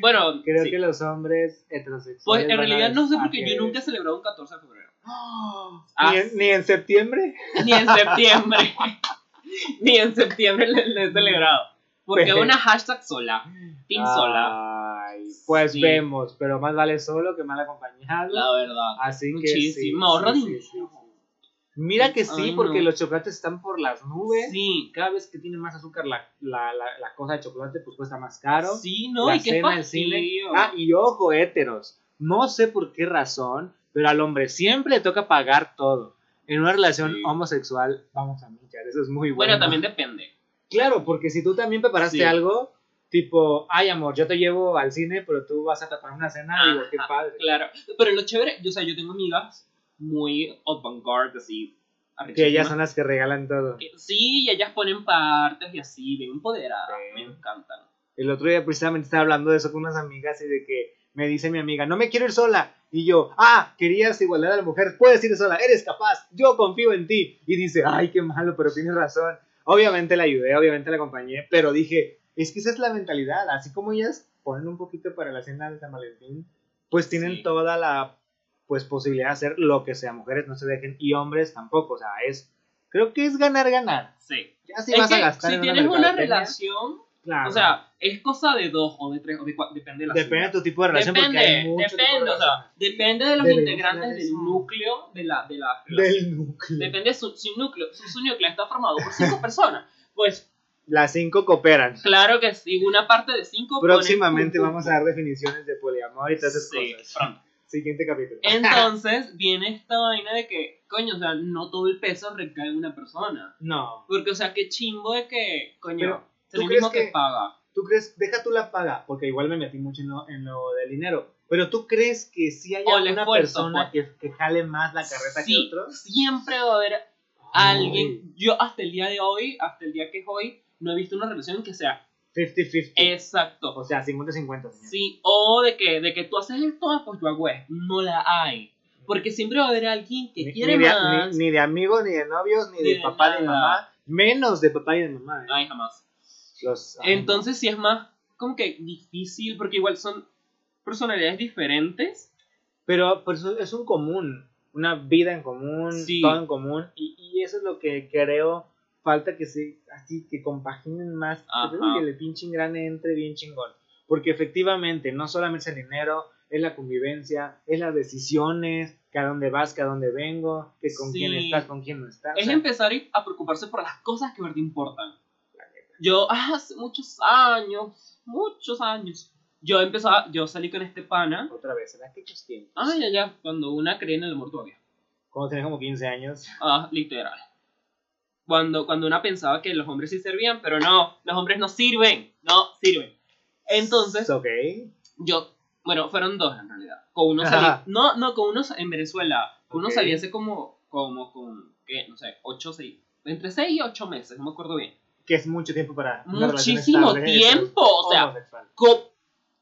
[SPEAKER 1] Bueno,
[SPEAKER 2] creo
[SPEAKER 1] sí.
[SPEAKER 2] que los hombres heterosexuales.
[SPEAKER 1] pues en
[SPEAKER 2] van a
[SPEAKER 1] realidad no sé
[SPEAKER 2] des- a
[SPEAKER 1] porque yo
[SPEAKER 2] querer-
[SPEAKER 1] nunca he Ah, celebrado un 14 de febrero.
[SPEAKER 2] ¿Ni, en, ni en septiembre.
[SPEAKER 1] Ni en septiembre. Ni en septiembre le, le he celebrado. Porque
[SPEAKER 2] Pero-
[SPEAKER 1] una hashtag sola. Team
[SPEAKER 2] Ah.
[SPEAKER 1] sola.
[SPEAKER 2] Ay, pues
[SPEAKER 1] Sí.
[SPEAKER 2] vemos, pero más vale solo que mal acompañado.
[SPEAKER 1] La verdad.
[SPEAKER 2] Así que sí,
[SPEAKER 1] Muchísimo. Ahorro
[SPEAKER 2] sí, sí,
[SPEAKER 1] dinero.
[SPEAKER 2] sí, sí. Mira que sí,
[SPEAKER 1] Ay,
[SPEAKER 2] porque
[SPEAKER 1] no.
[SPEAKER 2] los chocolates están por las nubes.
[SPEAKER 1] Sí.
[SPEAKER 2] Cada vez que tiene más azúcar la, la, la, la cosa de chocolate, pues cuesta más caro.
[SPEAKER 1] Sí, no,
[SPEAKER 2] La
[SPEAKER 1] y qué
[SPEAKER 2] cena, el cine.
[SPEAKER 1] fastidio.
[SPEAKER 2] Ah, y ojo, héteros. No sé por qué razón, pero al hombre siempre le toca pagar todo. En una relación
[SPEAKER 1] Sí.
[SPEAKER 2] homosexual, vamos a michar, eso es muy bueno.
[SPEAKER 1] bueno, también depende.
[SPEAKER 2] Claro, porque si tú también preparaste
[SPEAKER 1] Sí.
[SPEAKER 2] algo, tipo, ay amor, yo te llevo al cine, pero tú vas a tapar una cena, digo, qué
[SPEAKER 1] Ajá,
[SPEAKER 2] padre.
[SPEAKER 1] Ah, Claro, pero lo chévere, yo, o sea, yo tengo amigas muy avant-garde, así.
[SPEAKER 2] Que ellas
[SPEAKER 1] arrechísimas,
[SPEAKER 2] son las que regalan todo.
[SPEAKER 1] que- Sí, y ellas ponen partes y así, bien empoderadas,
[SPEAKER 2] Sí.
[SPEAKER 1] me encantan.
[SPEAKER 2] El otro día precisamente estaba hablando de eso con unas amigas y de que me dice mi amiga, no me quiero ir sola. Y yo, ah, querías igualdad a la mujer, puedes ir sola, eres capaz, yo confío en ti. Y dice, ay, qué malo, pero tienes razón. Obviamente la ayudé, obviamente la acompañé, pero dije, es que esa es la mentalidad, así como ellas ponen un poquito para la cena de San Valentín, pues tienen
[SPEAKER 1] Sí.
[SPEAKER 2] toda la pues posibilidad de hacer lo que sea, mujeres no se dejen y hombres tampoco, o sea, es creo que es ganar ganar.
[SPEAKER 1] Sí.
[SPEAKER 2] Ya si
[SPEAKER 1] es
[SPEAKER 2] vas
[SPEAKER 1] que
[SPEAKER 2] a gastar
[SPEAKER 1] si
[SPEAKER 2] en
[SPEAKER 1] tienes una
[SPEAKER 2] mercadotecnia,
[SPEAKER 1] relación,
[SPEAKER 2] claro.
[SPEAKER 1] o sea, es cosa de dos o de tres o de cuatro, depende de la
[SPEAKER 2] Depende de
[SPEAKER 1] ciudad.
[SPEAKER 2] tu tipo de relación porque hay
[SPEAKER 1] Depende,
[SPEAKER 2] mucho tipo de
[SPEAKER 1] depende, o sea, depende de los
[SPEAKER 2] Deberíamos hablar
[SPEAKER 1] integrantes
[SPEAKER 2] de
[SPEAKER 1] del
[SPEAKER 2] eso.
[SPEAKER 1] núcleo de la, de la
[SPEAKER 2] relaciones. del núcleo.
[SPEAKER 1] Depende de su, su núcleo. Su, su núcleo está formado por cinco personas. Pues
[SPEAKER 2] las cinco cooperan.
[SPEAKER 1] Claro que sí, una parte de cinco. ponen
[SPEAKER 2] Próximamente
[SPEAKER 1] un
[SPEAKER 2] vamos a dar definiciones de poliamor y todas esas
[SPEAKER 1] Sí,
[SPEAKER 2] cosas.
[SPEAKER 1] pronto.
[SPEAKER 2] Siguiente capítulo.
[SPEAKER 1] Entonces viene esta vaina de que, coño, o sea, no todo el peso recae en una persona.
[SPEAKER 2] No.
[SPEAKER 1] Porque, o sea, qué chimbo de que, coño,
[SPEAKER 2] Pero,
[SPEAKER 1] es
[SPEAKER 2] ¿tú
[SPEAKER 1] el mismo
[SPEAKER 2] crees
[SPEAKER 1] que,
[SPEAKER 2] que-
[SPEAKER 1] paga.
[SPEAKER 2] ¿Tú crees? Deja tú la paga, porque igual me metí mucho en lo, en lo del dinero. Pero tú crees que si hay
[SPEAKER 1] O el
[SPEAKER 2] alguna
[SPEAKER 1] esfuerzo, pues.
[SPEAKER 2] persona que, que jale más la carreta
[SPEAKER 1] Sí,
[SPEAKER 2] que otros.
[SPEAKER 1] Siempre va a haber alguien. Yo hasta el día de hoy, hasta el día que es hoy, no he visto una relación que sea
[SPEAKER 2] 50-50.
[SPEAKER 1] exacto.
[SPEAKER 2] O sea, 50-50. señor.
[SPEAKER 1] Eh, Sí, o de que, de que tú haces esto, pues yo hago esto. No la hay. Porque siempre va a haber alguien que
[SPEAKER 2] Ni,
[SPEAKER 1] quiere
[SPEAKER 2] ni de,
[SPEAKER 1] más.
[SPEAKER 2] ni- ni de amigos, ni de novios, ni,
[SPEAKER 1] Ni
[SPEAKER 2] de,
[SPEAKER 1] de
[SPEAKER 2] papá, ni de
[SPEAKER 1] nada.
[SPEAKER 2] mamá. Menos de papá y de mamá. ¿eh?
[SPEAKER 1] Ay, jamás.
[SPEAKER 2] Los- ay,
[SPEAKER 1] Entonces sí es más como que difícil, porque igual son personalidades diferentes.
[SPEAKER 2] Pero, pero eso es un común, una vida en común,
[SPEAKER 1] Sí.
[SPEAKER 2] todo en común, y, y eso es lo que creo falta que se, así, que compaginen más,
[SPEAKER 1] Ajá.
[SPEAKER 2] que el pinche engrane entre bien chingón, porque efectivamente no solamente es el dinero, es la convivencia, es las decisiones, que a dónde vas, que a dónde vengo, que con
[SPEAKER 1] Sí.
[SPEAKER 2] quién estás, con quién no estás.
[SPEAKER 1] Es
[SPEAKER 2] o sea,
[SPEAKER 1] empezar a preocuparse por las cosas que a te importan. Yo hace muchos años, muchos años, yo empezaba, yo salí con este pana.
[SPEAKER 2] otra vez, en aquellos tiempos,
[SPEAKER 1] Ay, Ah, ya, ya, cuando una cree en el amor todavía.
[SPEAKER 2] cuando tenés como 15 años,
[SPEAKER 1] Ah, literal. Cuando, cuando una pensaba que los hombres sí servían, pero no, los hombres no sirven, no sirven. Entonces,
[SPEAKER 2] pues, ok,
[SPEAKER 1] yo, bueno, fueron dos en realidad. Con uno salí,
[SPEAKER 2] Ajá.
[SPEAKER 1] no, no, con uno sa- en Venezuela, con uno
[SPEAKER 2] Ok.
[SPEAKER 1] salí hace como, como, con, ¿qué? No sé, ocho, seis, entre seis y ocho meses, no me acuerdo bien.
[SPEAKER 2] que es mucho tiempo para una relación
[SPEAKER 1] Muchísimo
[SPEAKER 2] estable, Oh.
[SPEAKER 1] tiempo, o sea,
[SPEAKER 2] homosexual.
[SPEAKER 1] co-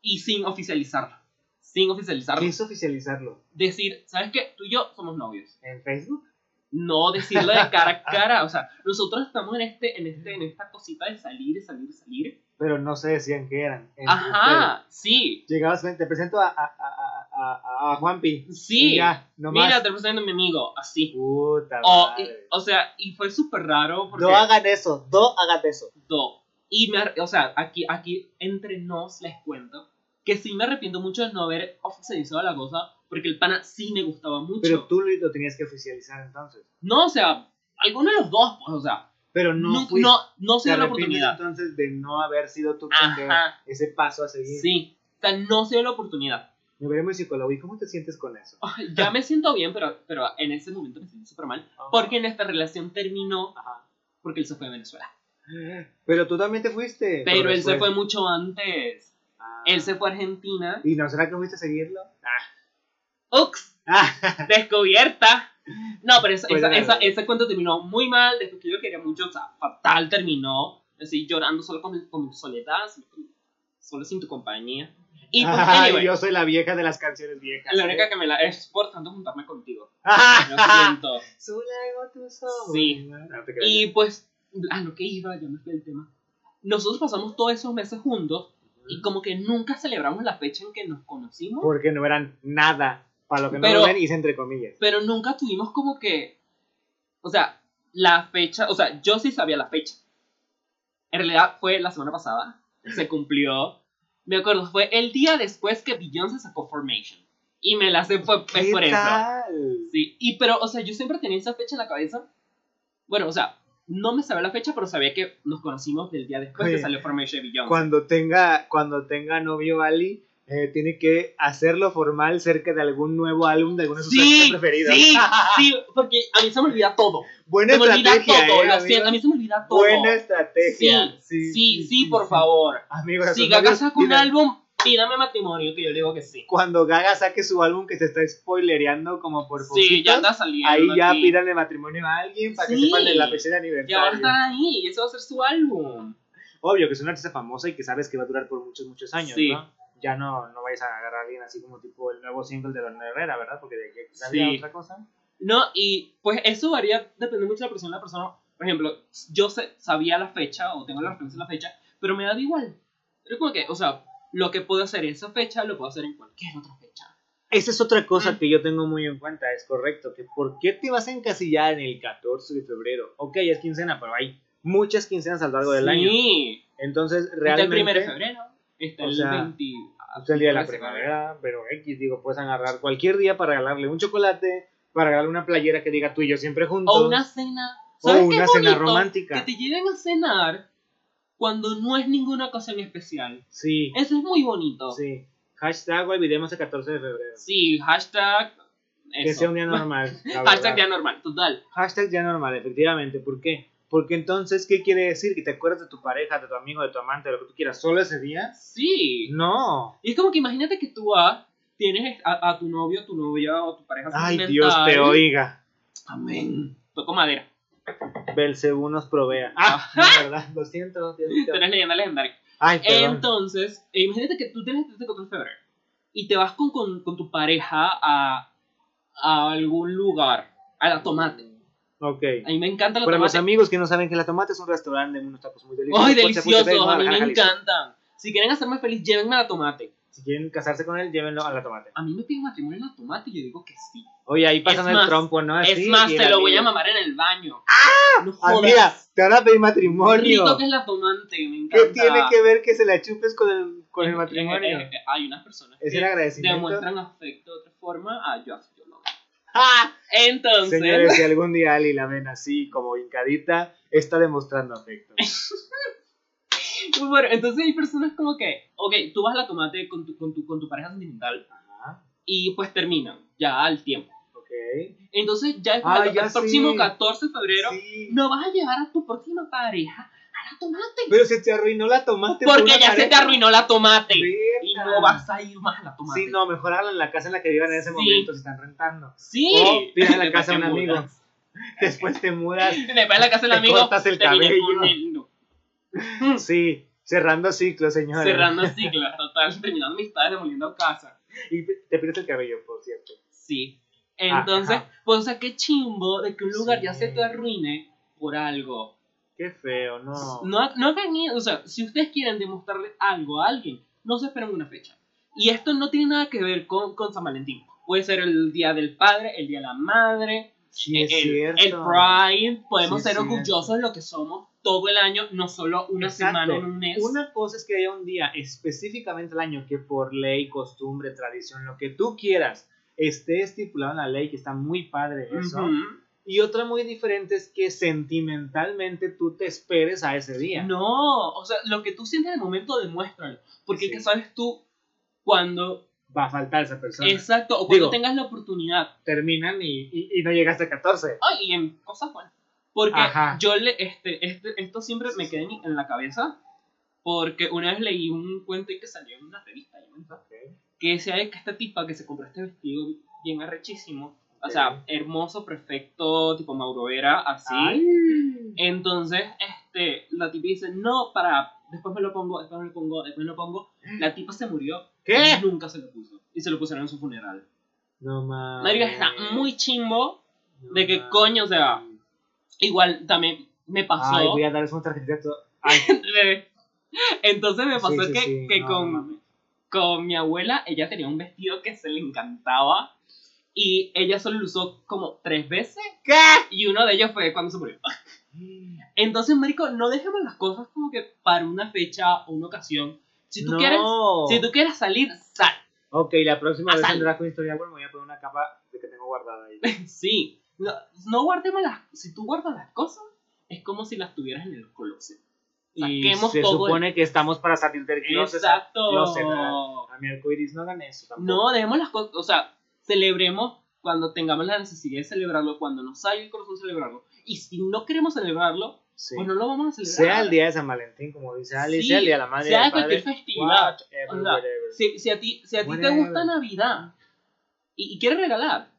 [SPEAKER 1] y sin oficializarlo, sin oficializarlo.
[SPEAKER 2] ¿Qué es oficializarlo?
[SPEAKER 1] Decir, ¿sabes qué? Tú y yo somos novios.
[SPEAKER 2] ¿En Facebook?
[SPEAKER 1] no decirlo de cara a cara. O sea, nosotros estamos en este, en este, en esta cosita de salir, salir, salir.
[SPEAKER 2] pero no se decían qué eran. Entre
[SPEAKER 1] Ajá, sí,
[SPEAKER 2] ustedes. Llegabas, ven, te presento a, a, a, a, a- a Juanpi. Y
[SPEAKER 1] sí.
[SPEAKER 2] Ya, nomás.
[SPEAKER 1] Mira, te presento a mi amigo, así.
[SPEAKER 2] Puta
[SPEAKER 1] O, y-
[SPEAKER 2] madre.
[SPEAKER 1] o sea, y fue súper raro porque
[SPEAKER 2] No ah. hagan eso, no hagan eso.
[SPEAKER 1] do. Y me, ar- o sea, aquí, aquí entre nos les cuento que sí me arrepiento mucho de no haber oficializado la cosa porque el pana sí me gustaba mucho.
[SPEAKER 2] Pero tú lo, lo tenías que oficializar entonces.
[SPEAKER 1] No, o sea, alguno de los dos, pues, o sea,
[SPEAKER 2] Pero no,
[SPEAKER 1] no,
[SPEAKER 2] fuiste.
[SPEAKER 1] no, no se dio
[SPEAKER 2] Te
[SPEAKER 1] la
[SPEAKER 2] arrepientes
[SPEAKER 1] oportunidad.
[SPEAKER 2] entonces de no haber sido tú quien dio
[SPEAKER 1] Ajá,
[SPEAKER 2] ese paso a seguir.
[SPEAKER 1] sí. O sea, no se dio la oportunidad.
[SPEAKER 2] Me veré muy psicólogo. ¿Y cómo te sientes con eso?
[SPEAKER 1] Ay, ya me siento bien, pero, pero en ese momento me siento súper mal. Porque nuestra relación terminó
[SPEAKER 2] Ajá.
[SPEAKER 1] porque él se fue a Venezuela.
[SPEAKER 2] Pero tú también te fuiste.
[SPEAKER 1] Pero
[SPEAKER 2] ¿O
[SPEAKER 1] él se
[SPEAKER 2] después?
[SPEAKER 1] fue mucho antes.
[SPEAKER 2] Ah.
[SPEAKER 1] Él se fue a Argentina.
[SPEAKER 2] ¿Y no será que fuiste a seguirlo? Ah.
[SPEAKER 1] ¡Ux!
[SPEAKER 2] Ah.
[SPEAKER 1] ¡Descubierta! No, pero esa-
[SPEAKER 2] Pues
[SPEAKER 1] esa-
[SPEAKER 2] nada.
[SPEAKER 1] esa- ese cuento terminó muy mal. Después que yo lo quería mucho, o sea, fatal terminó. Así llorando solo con mi, con mi soledad, sin- solo sin tu compañía. Y pues,
[SPEAKER 2] Ay,
[SPEAKER 1] anyway,
[SPEAKER 2] yo soy la vieja de las canciones viejas.
[SPEAKER 1] la
[SPEAKER 2] ¿eh?
[SPEAKER 1] única que me la es por tanto juntarme contigo. Lo
[SPEAKER 2] Ah.
[SPEAKER 1] siento.
[SPEAKER 2] Zulego, tú sos.
[SPEAKER 1] Sí.
[SPEAKER 2] No te creas.
[SPEAKER 1] Y pues, a lo que iba, ya me fue el tema. Nosotros pasamos todos esos meses juntos y como que nunca celebramos la fecha en que nos conocimos,
[SPEAKER 2] Porque no eran nada. Para lo que no
[SPEAKER 1] Pero-
[SPEAKER 2] lo ven, hice entre comillas.
[SPEAKER 1] pero nunca tuvimos como que, o sea, la fecha, o sea, yo sí sabía la fecha. En realidad fue la semana pasada, se cumplió. Me acuerdo, fue el día después que Beyoncé sacó Formation. Y me la sé fue es por eso.
[SPEAKER 2] tal?
[SPEAKER 1] Sí, y pero, o sea, yo siempre tenía esa fecha en la cabeza. Bueno, o sea, no me sabía la fecha, pero sabía que nos conocimos del día después que
[SPEAKER 2] Oye,
[SPEAKER 1] salió Formation de Beyoncé.
[SPEAKER 2] Cuando tenga, cuando tenga novio Ali, eh, tiene que hacerlo formal cerca de algún nuevo álbum de alguna de sus
[SPEAKER 1] Sí,
[SPEAKER 2] artistas preferidas.
[SPEAKER 1] sí, sí, porque a mí se me olvida todo.
[SPEAKER 2] Buena
[SPEAKER 1] Se me olvida
[SPEAKER 2] estrategia,
[SPEAKER 1] todo,
[SPEAKER 2] eh,
[SPEAKER 1] lo
[SPEAKER 2] amigo.
[SPEAKER 1] siento, a mí se me olvida todo.
[SPEAKER 2] Buena estrategia.
[SPEAKER 1] sí, sí, por favor.
[SPEAKER 2] Amigos, a
[SPEAKER 1] si
[SPEAKER 2] sus
[SPEAKER 1] Gaga
[SPEAKER 2] novios,
[SPEAKER 1] saca un
[SPEAKER 2] digan,
[SPEAKER 1] álbum, pídame matrimonio, que yo le digo que sí.
[SPEAKER 2] Cuando Gaga saque su álbum que se está spoilereando como por
[SPEAKER 1] Sí, ya
[SPEAKER 2] poquitos,
[SPEAKER 1] anda saliendo.
[SPEAKER 2] Ahí ya
[SPEAKER 1] aquí.
[SPEAKER 2] pídanle matrimonio a alguien para que
[SPEAKER 1] Sí.
[SPEAKER 2] sepan de la
[SPEAKER 1] Ya
[SPEAKER 2] fecha de
[SPEAKER 1] va a
[SPEAKER 2] aniversario.
[SPEAKER 1] estar ahí, ese va a ser su álbum.
[SPEAKER 2] Obvio que es una artista famosa y que sabes que va a durar por muchos, muchos años,
[SPEAKER 1] Sí.
[SPEAKER 2] ¿no? Ya no, no vais a agarrar a alguien así como tipo el nuevo single de Lorena Herrera, ¿verdad? Porque de que sabía
[SPEAKER 1] Sí.
[SPEAKER 2] otra cosa.
[SPEAKER 1] No, y pues eso varía, depende mucho de la persona. La persona, por ejemplo, yo sé- sabía la fecha o tengo la referencia de la fecha, pero me da igual. Pero como que, o sea, lo que puedo hacer en esa fecha lo puedo hacer en cualquier otra fecha.
[SPEAKER 2] Esa es otra cosa
[SPEAKER 1] Mm.
[SPEAKER 2] que yo tengo muy en cuenta, es correcto, que ¿por qué te vas a encasillar en el 14 de febrero? Ok, es quincena, pero hay muchas quincenas a lo largo del
[SPEAKER 1] sí.
[SPEAKER 2] año. Entonces,
[SPEAKER 1] Está el
[SPEAKER 2] realmente...
[SPEAKER 1] primero de febrero, está
[SPEAKER 2] o
[SPEAKER 1] el
[SPEAKER 2] sea,
[SPEAKER 1] 20.
[SPEAKER 2] Es el día de la
[SPEAKER 1] Puede ser,
[SPEAKER 2] primavera, pero X, digo, puedes agarrar cualquier día para regalarle un chocolate, para regalarle una playera que diga tú y yo siempre juntos.
[SPEAKER 1] O una cena.
[SPEAKER 2] O
[SPEAKER 1] ¿Sabes qué
[SPEAKER 2] una
[SPEAKER 1] es
[SPEAKER 2] cena
[SPEAKER 1] bonito?
[SPEAKER 2] romántica.
[SPEAKER 1] Que te lleven a cenar cuando no es ninguna ocasión especial.
[SPEAKER 2] Sí,
[SPEAKER 1] Eso es muy bonito. Sí,
[SPEAKER 2] sí. Hashtag olvidemos el 14 de febrero.
[SPEAKER 1] hashtag.
[SPEAKER 2] Que
[SPEAKER 1] Eso.
[SPEAKER 2] sea un día normal. la
[SPEAKER 1] hashtag
[SPEAKER 2] verdad.
[SPEAKER 1] día normal, total.
[SPEAKER 2] Hashtag día normal, efectivamente. ¿Por qué? Porque entonces, ¿qué quiere decir? ¿Que te acuerdas de tu pareja, de tu amigo, de tu amante, de lo que tú quieras, solo ese día?
[SPEAKER 1] Sí.
[SPEAKER 2] No.
[SPEAKER 1] Y es como que imagínate que tú vas, tienes a, a tu novio, tu novia o tu pareja
[SPEAKER 2] Ay, Dios
[SPEAKER 1] sentimental.
[SPEAKER 2] te oiga.
[SPEAKER 1] Amén. Toco madera.
[SPEAKER 2] Belcebú nos provea. Ah, no, verdad. Lo siento. Dios
[SPEAKER 1] Tú
[SPEAKER 2] te-
[SPEAKER 1] eres leyenda legendaria.
[SPEAKER 2] Ay, perdón.
[SPEAKER 1] Entonces, eh, imagínate que tú tienes este 14 de febrero y te vas con, con, con tu pareja a, a algún lugar, a la tomate.
[SPEAKER 2] Ok.
[SPEAKER 1] A mí me encanta la
[SPEAKER 2] Para los
[SPEAKER 1] tomate.
[SPEAKER 2] amigos que no saben que La Tomate es un restaurante de unos tacos muy deliciosos.
[SPEAKER 1] ¡Ay,
[SPEAKER 2] Pucha, pucha,
[SPEAKER 1] deliciosos! A
[SPEAKER 2] de
[SPEAKER 1] mí me
[SPEAKER 2] Guadalajara, Jalisco.
[SPEAKER 1] encantan. Si quieren hacerme feliz, llévenme a la tomate.
[SPEAKER 2] Si quieren casarse con él, llévenlo a La Tomate.
[SPEAKER 1] A mí me piden matrimonio en la tomate y yo digo que sí.
[SPEAKER 2] Oye, ahí pasan
[SPEAKER 1] Es
[SPEAKER 2] el
[SPEAKER 1] más,
[SPEAKER 2] trompo, ¿no?
[SPEAKER 1] es
[SPEAKER 2] Así,
[SPEAKER 1] más,
[SPEAKER 2] Ah, y
[SPEAKER 1] te
[SPEAKER 2] la
[SPEAKER 1] lo voy a
[SPEAKER 2] niña.
[SPEAKER 1] mamar en el baño. No
[SPEAKER 2] Ah,
[SPEAKER 1] jodas.
[SPEAKER 2] mira, te van a pedir
[SPEAKER 1] Qué
[SPEAKER 2] matrimonio.
[SPEAKER 1] rico que es la tomate, me encanta.
[SPEAKER 2] ¿Qué tiene que ver que se la chupes con el, con el
[SPEAKER 1] Eh,
[SPEAKER 2] matrimonio?
[SPEAKER 1] eh, eh, eh, hay unas personas
[SPEAKER 2] Es
[SPEAKER 1] que
[SPEAKER 2] el agradecimiento.
[SPEAKER 1] demuestran afecto de otra forma. Ah, yo, yo no.
[SPEAKER 2] ¡Ah!
[SPEAKER 1] Entonces,
[SPEAKER 2] Señores, si algún día Ali la ven así, como hincadita, está demostrando afecto.
[SPEAKER 1] pues bueno, entonces hay personas como que, ok, tú vas a la tomate con tu, con tu, con tu pareja sentimental
[SPEAKER 2] Ajá,
[SPEAKER 1] y pues terminan ya al tiempo.
[SPEAKER 2] ok.
[SPEAKER 1] Entonces ya es
[SPEAKER 2] Ah,
[SPEAKER 1] el
[SPEAKER 2] ya
[SPEAKER 1] próximo
[SPEAKER 2] sí.
[SPEAKER 1] 14 de febrero
[SPEAKER 2] Sí.
[SPEAKER 1] no vas a llevar a tu próxima pareja a la tomate.
[SPEAKER 2] Pero se te arruinó la tomate. por
[SPEAKER 1] porque
[SPEAKER 2] una
[SPEAKER 1] ya se te
[SPEAKER 2] pareja.
[SPEAKER 1] arruinó la tomate.
[SPEAKER 2] Verga.
[SPEAKER 1] Y no vas a ir más a la tomate.
[SPEAKER 2] Sí, no, mejor háganlo en la casa en la que vivan en ese
[SPEAKER 1] Sí.
[SPEAKER 2] momento, si están rentando.
[SPEAKER 1] Sí.
[SPEAKER 2] O pide en la
[SPEAKER 1] Después
[SPEAKER 2] casa a un
[SPEAKER 1] te
[SPEAKER 2] amigo.
[SPEAKER 1] mudas.
[SPEAKER 2] Después te mudas.
[SPEAKER 1] Después en la casa del
[SPEAKER 2] Te
[SPEAKER 1] amigo.
[SPEAKER 2] cortas el
[SPEAKER 1] terminas
[SPEAKER 2] cabello.
[SPEAKER 1] con él, no.
[SPEAKER 2] Sí, cerrando ciclos, señores.
[SPEAKER 1] Cerrando siglas, total, terminando amistades, demoliendo casa.
[SPEAKER 2] Y te pierdes el cabello, por cierto.
[SPEAKER 1] Sí. Entonces,
[SPEAKER 2] Ajá.
[SPEAKER 1] pues, o sea, qué chimbo de que un lugar ya se
[SPEAKER 2] Ah, Sí.
[SPEAKER 1] te arruine por algo.
[SPEAKER 2] Qué feo, no.
[SPEAKER 1] No, no hagan ni- o sea, si ustedes quieren demostrarle algo a alguien, no se esperen una fecha. Y esto no tiene nada que ver con, con San Valentín. Puede ser el día del padre, el día de la madre,
[SPEAKER 2] Sí, es
[SPEAKER 1] el, el
[SPEAKER 2] cierto.
[SPEAKER 1] Pride. Podemos
[SPEAKER 2] Sí, es
[SPEAKER 1] ser orgullosos de lo que somos todo el año, no solo una
[SPEAKER 2] Exacto.
[SPEAKER 1] semana en un mes.
[SPEAKER 2] Una cosa es que haya un día específicamente al año que por ley, costumbre, tradición, lo que tú quieras, esté estipulado en la ley, que está muy padre eso.
[SPEAKER 1] Ujú.
[SPEAKER 2] Y otra muy diferente es que sentimentalmente tú te esperes a ese día.
[SPEAKER 1] No, o sea, lo que tú sientes en el momento, demuéstralo. Porque es
[SPEAKER 2] Sí.
[SPEAKER 1] que sabes tú cuando.
[SPEAKER 2] Va a faltar esa persona.
[SPEAKER 1] Exacto, o cuando
[SPEAKER 2] Digo-
[SPEAKER 1] tengas la oportunidad.
[SPEAKER 2] Terminan y, y- y no llegaste a 14.
[SPEAKER 1] Ay, y en cosas buenas. Porque
[SPEAKER 2] Ajá.
[SPEAKER 1] yo le, este, este, esto siempre me queda en, mi- en la cabeza. Porque una vez leí un cuento y que salió en una revista, yo me acuerdo, que decía de que esta tipa que se compró este vestido bien arrechísimo, o sea, hermoso, perfecto, tipo Mauro Vera, así.
[SPEAKER 2] Ay.
[SPEAKER 1] Entonces, este, la tipa dice, no, para, después me lo pongo, después me lo pongo, después me lo pongo. La tipa se murió
[SPEAKER 2] ¿Qué?
[SPEAKER 1] y nunca se lo puso. Y se lo pusieron en su funeral.
[SPEAKER 2] No mames.
[SPEAKER 1] Marica, está muy chimbo.
[SPEAKER 2] No
[SPEAKER 1] de que
[SPEAKER 2] mames.
[SPEAKER 1] coño, o sea, Igual también me pasó.
[SPEAKER 2] Ay, voy a darles un tarjetita. a to-
[SPEAKER 1] Bebé. Entonces me pasó
[SPEAKER 2] Sí, sí,
[SPEAKER 1] que,
[SPEAKER 2] sí,
[SPEAKER 1] que
[SPEAKER 2] no,
[SPEAKER 1] con,
[SPEAKER 2] no mames.
[SPEAKER 1] con mi abuela, ella tenía un vestido que se le encantaba y ella solo lo usó como tres veces
[SPEAKER 2] ¿Qué?
[SPEAKER 1] y uno de ellos fue cuando se murió. Entonces, Marico, no dejemos las cosas como que para una fecha o una ocasión. Si tú,
[SPEAKER 2] No.
[SPEAKER 1] quieres, si tú quieres salir, sal.
[SPEAKER 2] Ok, la próxima vez
[SPEAKER 1] Azal.
[SPEAKER 2] en Draco Historia Bueno, me voy a poner una capa de que tengo guardada ahí.
[SPEAKER 1] Sí. No, no guardemos las... Si tú guardas las cosas, es como si las tuvieras en el closet.
[SPEAKER 2] Y
[SPEAKER 1] Saquemos
[SPEAKER 2] se
[SPEAKER 1] todo el-
[SPEAKER 2] supone que estamos para salir del closet.
[SPEAKER 1] Exacto.
[SPEAKER 2] closet, ah. A mi arcoiris no hagan eso tampoco.
[SPEAKER 1] No, dejemos las cosas, o sea, celebremos cuando tengamos la necesidad de celebrarlo, cuando nos salga el corazón celebrarlo. Y si no queremos celebrarlo,
[SPEAKER 2] Sí.
[SPEAKER 1] pues no lo vamos a celebrar.
[SPEAKER 2] sea el día de San Valentín, como dice Ali,
[SPEAKER 1] Sí,
[SPEAKER 2] sea el día de la madre,
[SPEAKER 1] sea
[SPEAKER 2] del
[SPEAKER 1] cualquier
[SPEAKER 2] padre.
[SPEAKER 1] festividad.
[SPEAKER 2] whatever,
[SPEAKER 1] O sea,
[SPEAKER 2] whatever.
[SPEAKER 1] Si, si a ti, si a ti te
[SPEAKER 2] Whatever.
[SPEAKER 1] gusta Navidad y, y quieres regalar,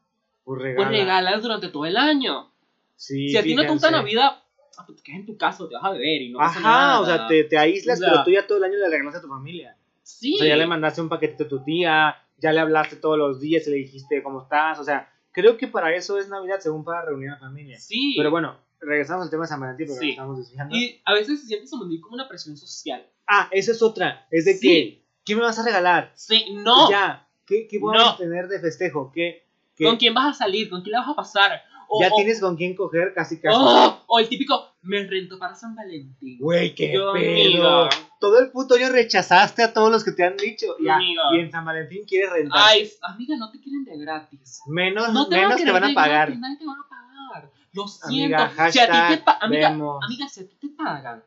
[SPEAKER 2] Pues regala.
[SPEAKER 1] pues regalas durante todo el año.
[SPEAKER 2] Sí,
[SPEAKER 1] si a ti no te gusta
[SPEAKER 2] fíjense.
[SPEAKER 1] Navidad, ah, pues te quedas en tu casa, te vas a beber y no pasa
[SPEAKER 2] Ajá,
[SPEAKER 1] nada.
[SPEAKER 2] o sea, te, te aíslas,
[SPEAKER 1] O sea,
[SPEAKER 2] pero tú ya todo el año le regalas a tu familia.
[SPEAKER 1] Sí.
[SPEAKER 2] O sea, ya le mandaste un paquetito a tu tía, ya le hablaste todos los días y le dijiste cómo estás. O sea, creo que para eso es Navidad, según para reunir a la familia.
[SPEAKER 1] Sí.
[SPEAKER 2] Pero bueno, regresamos al tema de San Valentín porque
[SPEAKER 1] Sí.
[SPEAKER 2] nos estamos desviando.
[SPEAKER 1] Y a veces se siente San Valentín como una presión social.
[SPEAKER 2] Ah, esa es otra. Es de
[SPEAKER 1] Sí.
[SPEAKER 2] que, ¿qué me vas a regalar?
[SPEAKER 1] Sí, no.
[SPEAKER 2] Ya, ¿qué, qué vamos
[SPEAKER 1] No.
[SPEAKER 2] a tener de festejo? ¿Qué, qué-
[SPEAKER 1] ¿Con quién vas a salir? ¿Con quién la vas a pasar? O,
[SPEAKER 2] ya
[SPEAKER 1] o-
[SPEAKER 2] tienes con quién coger casi casi.
[SPEAKER 1] ¡Oh! o el típico, me rento para San Valentín.
[SPEAKER 2] Güey, qué
[SPEAKER 1] Yo,
[SPEAKER 2] pedo.
[SPEAKER 1] amiga.
[SPEAKER 2] Todo el puto año rechazaste a todos los que te han dicho. Ya,
[SPEAKER 1] Amiga.
[SPEAKER 2] Y en San Valentín quieres rentar.
[SPEAKER 1] Ay, amiga, no te quieren de gratis.
[SPEAKER 2] menos
[SPEAKER 1] No te
[SPEAKER 2] menos
[SPEAKER 1] van a
[SPEAKER 2] te van a pagar.
[SPEAKER 1] Nadie te van a pagar. Lo siento.
[SPEAKER 2] Amiga,
[SPEAKER 1] si a ti
[SPEAKER 2] hashtag,
[SPEAKER 1] te pa- amiga,
[SPEAKER 2] vemos.
[SPEAKER 1] amiga, si a ti te pagan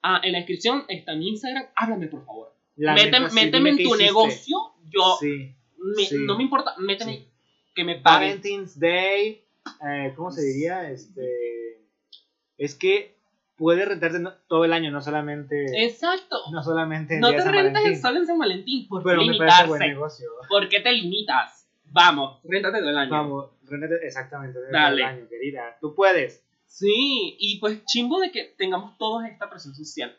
[SPEAKER 1] Ah, en la descripción está mi Instagram. Háblame, por favor.
[SPEAKER 2] La
[SPEAKER 1] Mete-
[SPEAKER 2] neta, sí,
[SPEAKER 1] méteme en
[SPEAKER 2] dime
[SPEAKER 1] tu
[SPEAKER 2] qué hiciste.
[SPEAKER 1] negocio. Yo.
[SPEAKER 2] Sí.
[SPEAKER 1] me-
[SPEAKER 2] sí.
[SPEAKER 1] No me importa. Méteme.
[SPEAKER 2] Sí.
[SPEAKER 1] Que me paguen.
[SPEAKER 2] Valentine's Day. eh, ¿Cómo se diría? Este. Es que puedes rentarte no- todo el año, no solamente.
[SPEAKER 1] Exacto.
[SPEAKER 2] No solamente. el
[SPEAKER 1] No
[SPEAKER 2] día
[SPEAKER 1] te
[SPEAKER 2] de San
[SPEAKER 1] rentas el
[SPEAKER 2] Valentín.
[SPEAKER 1] sol en San Valentín. ¿Por qué
[SPEAKER 2] Pero me parece buen
[SPEAKER 1] limitarse?
[SPEAKER 2] negocio.
[SPEAKER 1] ¿Por qué te limitas? Vamos, réntate todo el año.
[SPEAKER 2] Vamos, rentate exactamente. todo
[SPEAKER 1] Dale.
[SPEAKER 2] El año, querida. Tú puedes.
[SPEAKER 1] Sí, y pues chimbo de que tengamos todos esta presión social.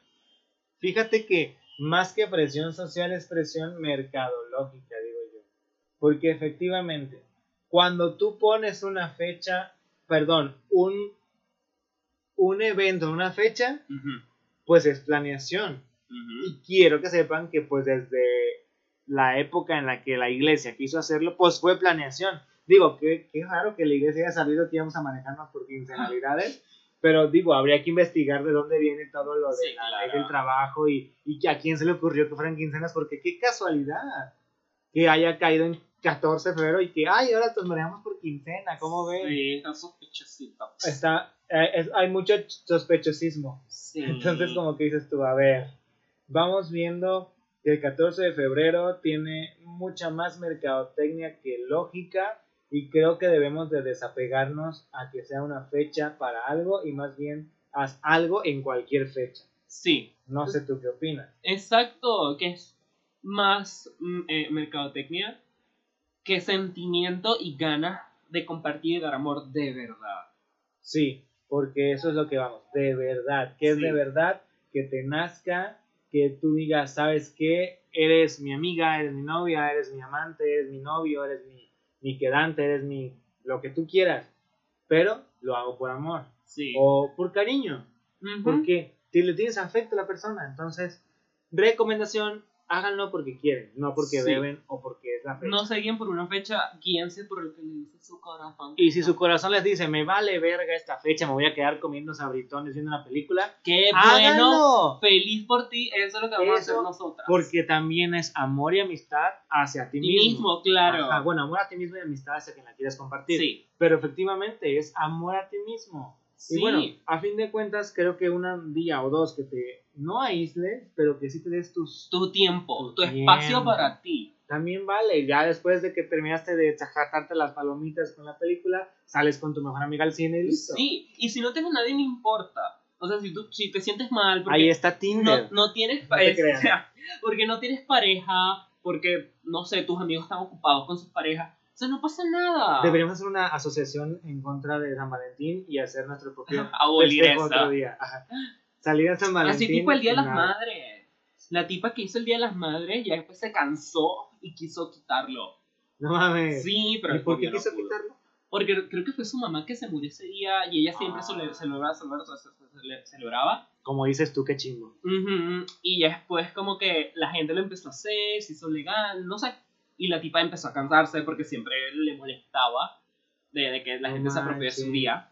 [SPEAKER 2] Fíjate que más que presión social es presión mercadológica, digo yo. Porque efectivamente, cuando tú pones una fecha, perdón, un, un evento, una fecha,
[SPEAKER 1] Ujú,
[SPEAKER 2] pues es planeación.
[SPEAKER 1] ujú.
[SPEAKER 2] Y quiero que sepan que pues desde la época en la que la iglesia quiso hacerlo, pues fue planeación. Digo, que qué raro que la iglesia haya sabido que íbamos a manejarnos por quincenalidades, pero digo, habría que investigar de dónde viene todo lo de
[SPEAKER 1] Sí,
[SPEAKER 2] la
[SPEAKER 1] claro.
[SPEAKER 2] ley del trabajo y, y que a quién se le ocurrió que fueran quincenas, porque qué casualidad que haya caído en 14 de febrero y que, ay, ahora nos manejamos por quincena, ¿cómo ven?
[SPEAKER 1] Sí, está sospechosito.
[SPEAKER 2] Está, eh, es- hay mucho sospechosismo.
[SPEAKER 1] Sí.
[SPEAKER 2] Entonces, como que dices tú, a ver, vamos viendo que el 14 de febrero tiene mucha más mercadotecnia que lógica y creo que debemos de desapegarnos a que sea una fecha para algo y más bien haz algo en cualquier fecha.
[SPEAKER 1] Sí,
[SPEAKER 2] No sé tú qué opinas.
[SPEAKER 1] exacto, que es más mm, eh, mercadotecnia que sentimiento y ganas de compartir y dar amor de verdad.
[SPEAKER 2] Sí, porque eso es lo que vamos, de verdad, que es
[SPEAKER 1] Sí.
[SPEAKER 2] de verdad que te nazca, que tú digas, ¿sabes qué? Eres mi amiga, eres mi novia, eres mi amante, eres mi novio, eres mi, mi quedante, eres mi... lo que tú quieras, pero lo hago por amor
[SPEAKER 1] Sí.
[SPEAKER 2] o por cariño,
[SPEAKER 1] Ujú.
[SPEAKER 2] porque si le tienes afecto a la persona, entonces, recomendación, háganlo porque quieren, no porque
[SPEAKER 1] Sí.
[SPEAKER 2] deben o porque es la fecha.
[SPEAKER 1] No se guíen por una fecha, guíense por lo que le dice su corazón.
[SPEAKER 2] Y si su corazón les dice, me vale verga esta fecha, me voy a quedar comiendo sabritones viendo una película,
[SPEAKER 1] ¡Qué bueno!
[SPEAKER 2] háganlo.
[SPEAKER 1] Feliz por ti, eso es lo que vamos
[SPEAKER 2] Eso,
[SPEAKER 1] a hacer nosotras.
[SPEAKER 2] Porque también es amor y amistad hacia ti
[SPEAKER 1] ti
[SPEAKER 2] mismo.
[SPEAKER 1] mismo, claro.
[SPEAKER 2] Ajá, bueno, amor a ti mismo y amistad hacia quien la quieras compartir.
[SPEAKER 1] sí.
[SPEAKER 2] Pero efectivamente es amor a ti mismo.
[SPEAKER 1] Sí.
[SPEAKER 2] Y bueno, a fin de cuentas, creo que un día o dos que te no aísles, pero que sí te des tus.
[SPEAKER 1] tu tiempo,
[SPEAKER 2] Tu
[SPEAKER 1] tu espacio
[SPEAKER 2] tiempo.
[SPEAKER 1] para ti.
[SPEAKER 2] También vale. Ya después de que terminaste de jactarte las palomitas con la película, sales con tu mejor amiga al cine y listo.
[SPEAKER 1] Sí, y si no tienes a nadie, no importa. O sea, si, tú, si te sientes mal, porque
[SPEAKER 2] Ahí está Tinder.
[SPEAKER 1] no, no tienes
[SPEAKER 2] No te
[SPEAKER 1] es-
[SPEAKER 2] creas.
[SPEAKER 1] o sea, porque no tienes pareja, porque no sé, tus amigos están ocupados con sus parejas. O sea, no pasa nada.
[SPEAKER 2] Deberíamos hacer una asociación en contra de San Valentín y hacer nuestro propio
[SPEAKER 1] abolir
[SPEAKER 2] festejo
[SPEAKER 1] eso.
[SPEAKER 2] Este otro día. Ajá. Salir a San Valentín.
[SPEAKER 1] Así tipo el Día de las
[SPEAKER 2] nada.
[SPEAKER 1] Madres. La tipa que hizo el Día de las Madres ya después se cansó y quiso quitarlo.
[SPEAKER 2] No mames.
[SPEAKER 1] Sí, pero
[SPEAKER 2] ¿Y por qué
[SPEAKER 1] obvio no
[SPEAKER 2] quiso
[SPEAKER 1] pudo.
[SPEAKER 2] quitarlo?
[SPEAKER 1] Porque creo que fue su mamá que se murió ese día y ella siempre
[SPEAKER 2] Ah.
[SPEAKER 1] cele- celebraba, celebraba, celebraba, celebraba.
[SPEAKER 2] Como dices tú, qué chingo.
[SPEAKER 1] Ujú, Y ya después como que la gente lo empezó a hacer, se hizo legal, no sé. Y la tipa empezó a cansarse porque siempre le molestaba de, de que la
[SPEAKER 2] No
[SPEAKER 1] gente se apropió de su
[SPEAKER 2] manches.
[SPEAKER 1] día.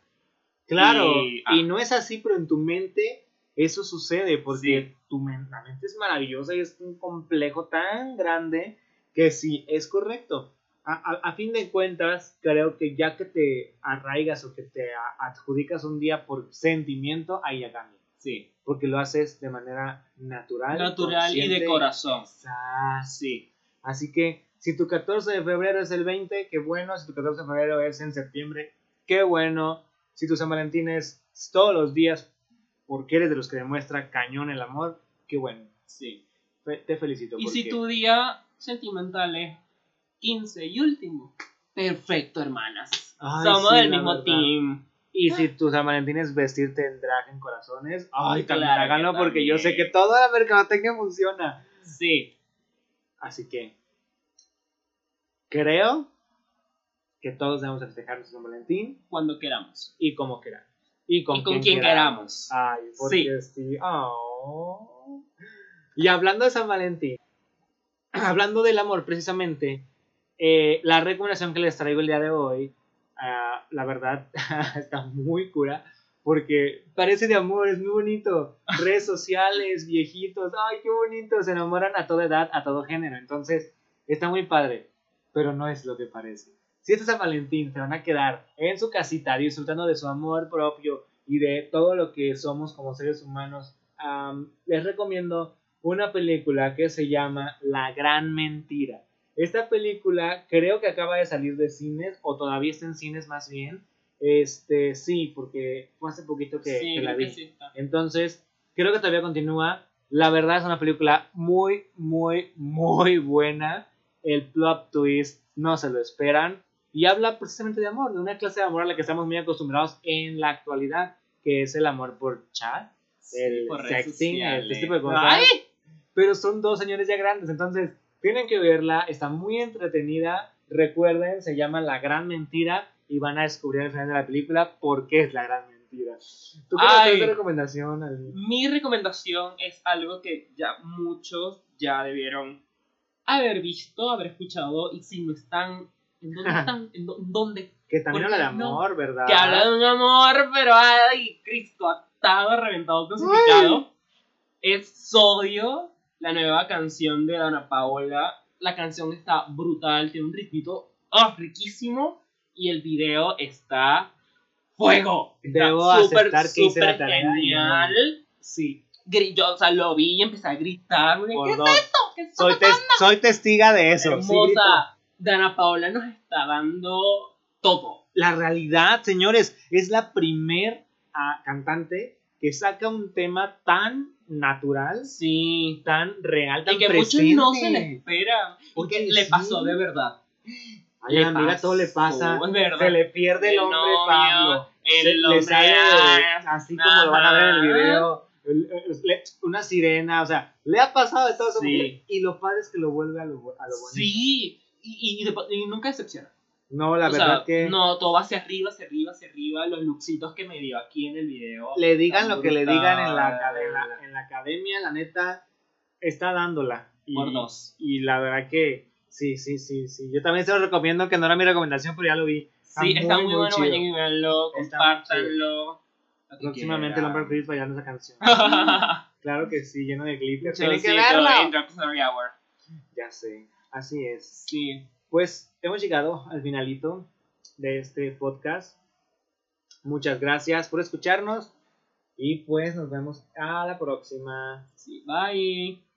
[SPEAKER 2] Claro, y,
[SPEAKER 1] Y- ah.
[SPEAKER 2] no es así, pero en tu mente eso sucede, porque
[SPEAKER 1] Sí.
[SPEAKER 2] tu men- la mente es maravillosa y es un complejo tan grande que sí, es correcto. A, a- a fin de cuentas, creo que ya que te arraigas o que te a- adjudicas un día por sentimiento, ahí ya cambia.
[SPEAKER 1] Sí.
[SPEAKER 2] Porque lo haces de manera natural.
[SPEAKER 1] Natural y de
[SPEAKER 2] consciente.
[SPEAKER 1] corazón.
[SPEAKER 2] Exacto.
[SPEAKER 1] Sí.
[SPEAKER 2] Así que si tu 14 de febrero es el 20, qué bueno. Si tu 14 de febrero es en septiembre, qué bueno. Si tu San Valentín es todos los días, porque eres de los que demuestra cañón el amor, qué bueno.
[SPEAKER 1] Sí.
[SPEAKER 2] Fe- Te felicito.
[SPEAKER 1] Y
[SPEAKER 2] porque
[SPEAKER 1] si tu día sentimental es 15 y último, perfecto, hermanas.
[SPEAKER 2] Ay,
[SPEAKER 1] Somos
[SPEAKER 2] sí,
[SPEAKER 1] del
[SPEAKER 2] la
[SPEAKER 1] mismo
[SPEAKER 2] verdad.
[SPEAKER 1] team.
[SPEAKER 2] Y si tu San Valentín es vestirte en drag en corazones, ay,
[SPEAKER 1] Ay,
[SPEAKER 2] también
[SPEAKER 1] claro que
[SPEAKER 2] háganlo porque yo sé
[SPEAKER 1] también.
[SPEAKER 2] que toda la mercadotecnia funciona.
[SPEAKER 1] Sí.
[SPEAKER 2] Así que creo que todos debemos festejar nuestro San Valentín
[SPEAKER 1] Cuando queramos.
[SPEAKER 2] y como queramos. Y con,
[SPEAKER 1] y con
[SPEAKER 2] quien Ah,
[SPEAKER 1] quien queramos.
[SPEAKER 2] Ay, porque sí. Oh. Y hablando de San Valentín, hablando del amor precisamente, eh, la recomendación que les traigo el día de hoy, ah, la verdad, está muy cura, porque parece de amor, es muy bonito. Redes sociales, viejitos, ay, qué bonito, se enamoran a toda edad, a todo género. Entonces, está muy padre, pero no es lo que parece. Si este San Valentín se van a quedar en su casita disfrutando de su amor propio, y de todo lo que somos como seres humanos am, les recomiendo una película que se llama La Gran Mentira. Esta película creo que acaba de salir de cines, o todavía está en cines más bien. Este, sí, porque fue hace poquito que,
[SPEAKER 1] sí,
[SPEAKER 2] que la
[SPEAKER 1] creo que
[SPEAKER 2] vi.
[SPEAKER 1] sí está.
[SPEAKER 2] Entonces, creo que todavía continúa. La verdad es una película muy, muy, muy buena. El plot twist no se lo esperan. Y habla precisamente de amor, de una clase de amor a la que estamos muy acostumbrados en la actualidad, que es el amor por chat,
[SPEAKER 1] Sí,
[SPEAKER 2] el
[SPEAKER 1] por redes
[SPEAKER 2] sexting, el- este
[SPEAKER 1] sociales.
[SPEAKER 2] tipo de cosas.
[SPEAKER 1] Ay,
[SPEAKER 2] Pero son dos señores ya grandes, entonces tienen que verla, está muy entretenida. Recuerden, se llama La Gran Mentira y van a descubrir al final de la película por qué es la gran mentira. ¿Tú qué
[SPEAKER 1] Ay.
[SPEAKER 2] nos traes de recomendación, Alvin?
[SPEAKER 1] Mi recomendación es algo que ya muchos ya debieron haber visto, haber escuchado, y si no están, ¿en dónde están? ¿En dó- dónde?
[SPEAKER 2] Que también
[SPEAKER 1] Porque
[SPEAKER 2] habla de
[SPEAKER 1] no,
[SPEAKER 2] amor, ¿verdad?
[SPEAKER 1] Que habla de un amor, pero ay, Cristo, atado, reventado, crucificado. Es Sodio, la nueva canción de Dana Paola. La canción está brutal, tiene un ritmito ah, riquísimo, y el video está fuego. Está
[SPEAKER 2] Debo aceptar que hice la
[SPEAKER 1] súper
[SPEAKER 2] tarea y no-
[SPEAKER 1] genial
[SPEAKER 2] Sí,
[SPEAKER 1] gri- yo, o sea, lo vi y empecé a gritar, güey,
[SPEAKER 2] por
[SPEAKER 1] ¿qué
[SPEAKER 2] dos.
[SPEAKER 1] ¿Qué está
[SPEAKER 2] Soy, tes- soy testiga de eso. sí, grito.
[SPEAKER 1] hermosa? Dana Paola nos está dando todo.
[SPEAKER 2] la realidad, señores, es la primer ah, cantante que saca un tema tan natural,
[SPEAKER 1] Sí.
[SPEAKER 2] tan real, tan
[SPEAKER 1] Y que muchos
[SPEAKER 2] presente.
[SPEAKER 1] no se le espera.
[SPEAKER 2] Oye,
[SPEAKER 1] Porque le
[SPEAKER 2] sí.
[SPEAKER 1] pasó de verdad.
[SPEAKER 2] Ay,
[SPEAKER 1] Le
[SPEAKER 2] amiga, todo le pasa.
[SPEAKER 1] pasó, Es verdad.
[SPEAKER 2] Se le pierde el hombre
[SPEAKER 1] novio,
[SPEAKER 2] Pablo.
[SPEAKER 1] El
[SPEAKER 2] Se- le
[SPEAKER 1] hombre,
[SPEAKER 2] sale,
[SPEAKER 1] ah,
[SPEAKER 2] así como lo van a ver en el
[SPEAKER 1] ajá.
[SPEAKER 2] video. el- el- le- Una sirena, o sea, le ha pasado de todo eso.
[SPEAKER 1] Sí.
[SPEAKER 2] mujer, Y lo padre es que lo vuelve a lo, bu- a lo bonito.
[SPEAKER 1] Sí. Y, y- y- y nunca decepciona.
[SPEAKER 2] No, la
[SPEAKER 1] O sea,
[SPEAKER 2] verdad que
[SPEAKER 1] No, todo va hacia arriba, hacia arriba, hacia arriba. Los looksitos que me dio aquí en el video.
[SPEAKER 2] le digan lo que le
[SPEAKER 1] brutal.
[SPEAKER 2] digan en la, acad- en la- en la academia, la neta, está dándola. Y,
[SPEAKER 1] Por dos.
[SPEAKER 2] y la verdad que sí, sí, sí, sí. Yo también se lo recomiendo, que no era mi recomendación, pero ya lo vi.
[SPEAKER 1] Sí, está muy, bueno.
[SPEAKER 2] chido.
[SPEAKER 1] Vayan y véanlo,
[SPEAKER 2] Está muy
[SPEAKER 1] compártanlo. lo que
[SPEAKER 2] Próximamente el
[SPEAKER 1] quieran.
[SPEAKER 2] hombre feliz bailando esa canción. claro que sí, lleno de glitter.
[SPEAKER 1] Tienen
[SPEAKER 2] Tienen que verlo.
[SPEAKER 1] Hour.
[SPEAKER 2] Ya sé, así es.
[SPEAKER 1] Sí.
[SPEAKER 2] Pues hemos llegado al finalito de este podcast. Muchas gracias por escucharnos y pues nos vemos a la próxima.
[SPEAKER 1] sí. Bye.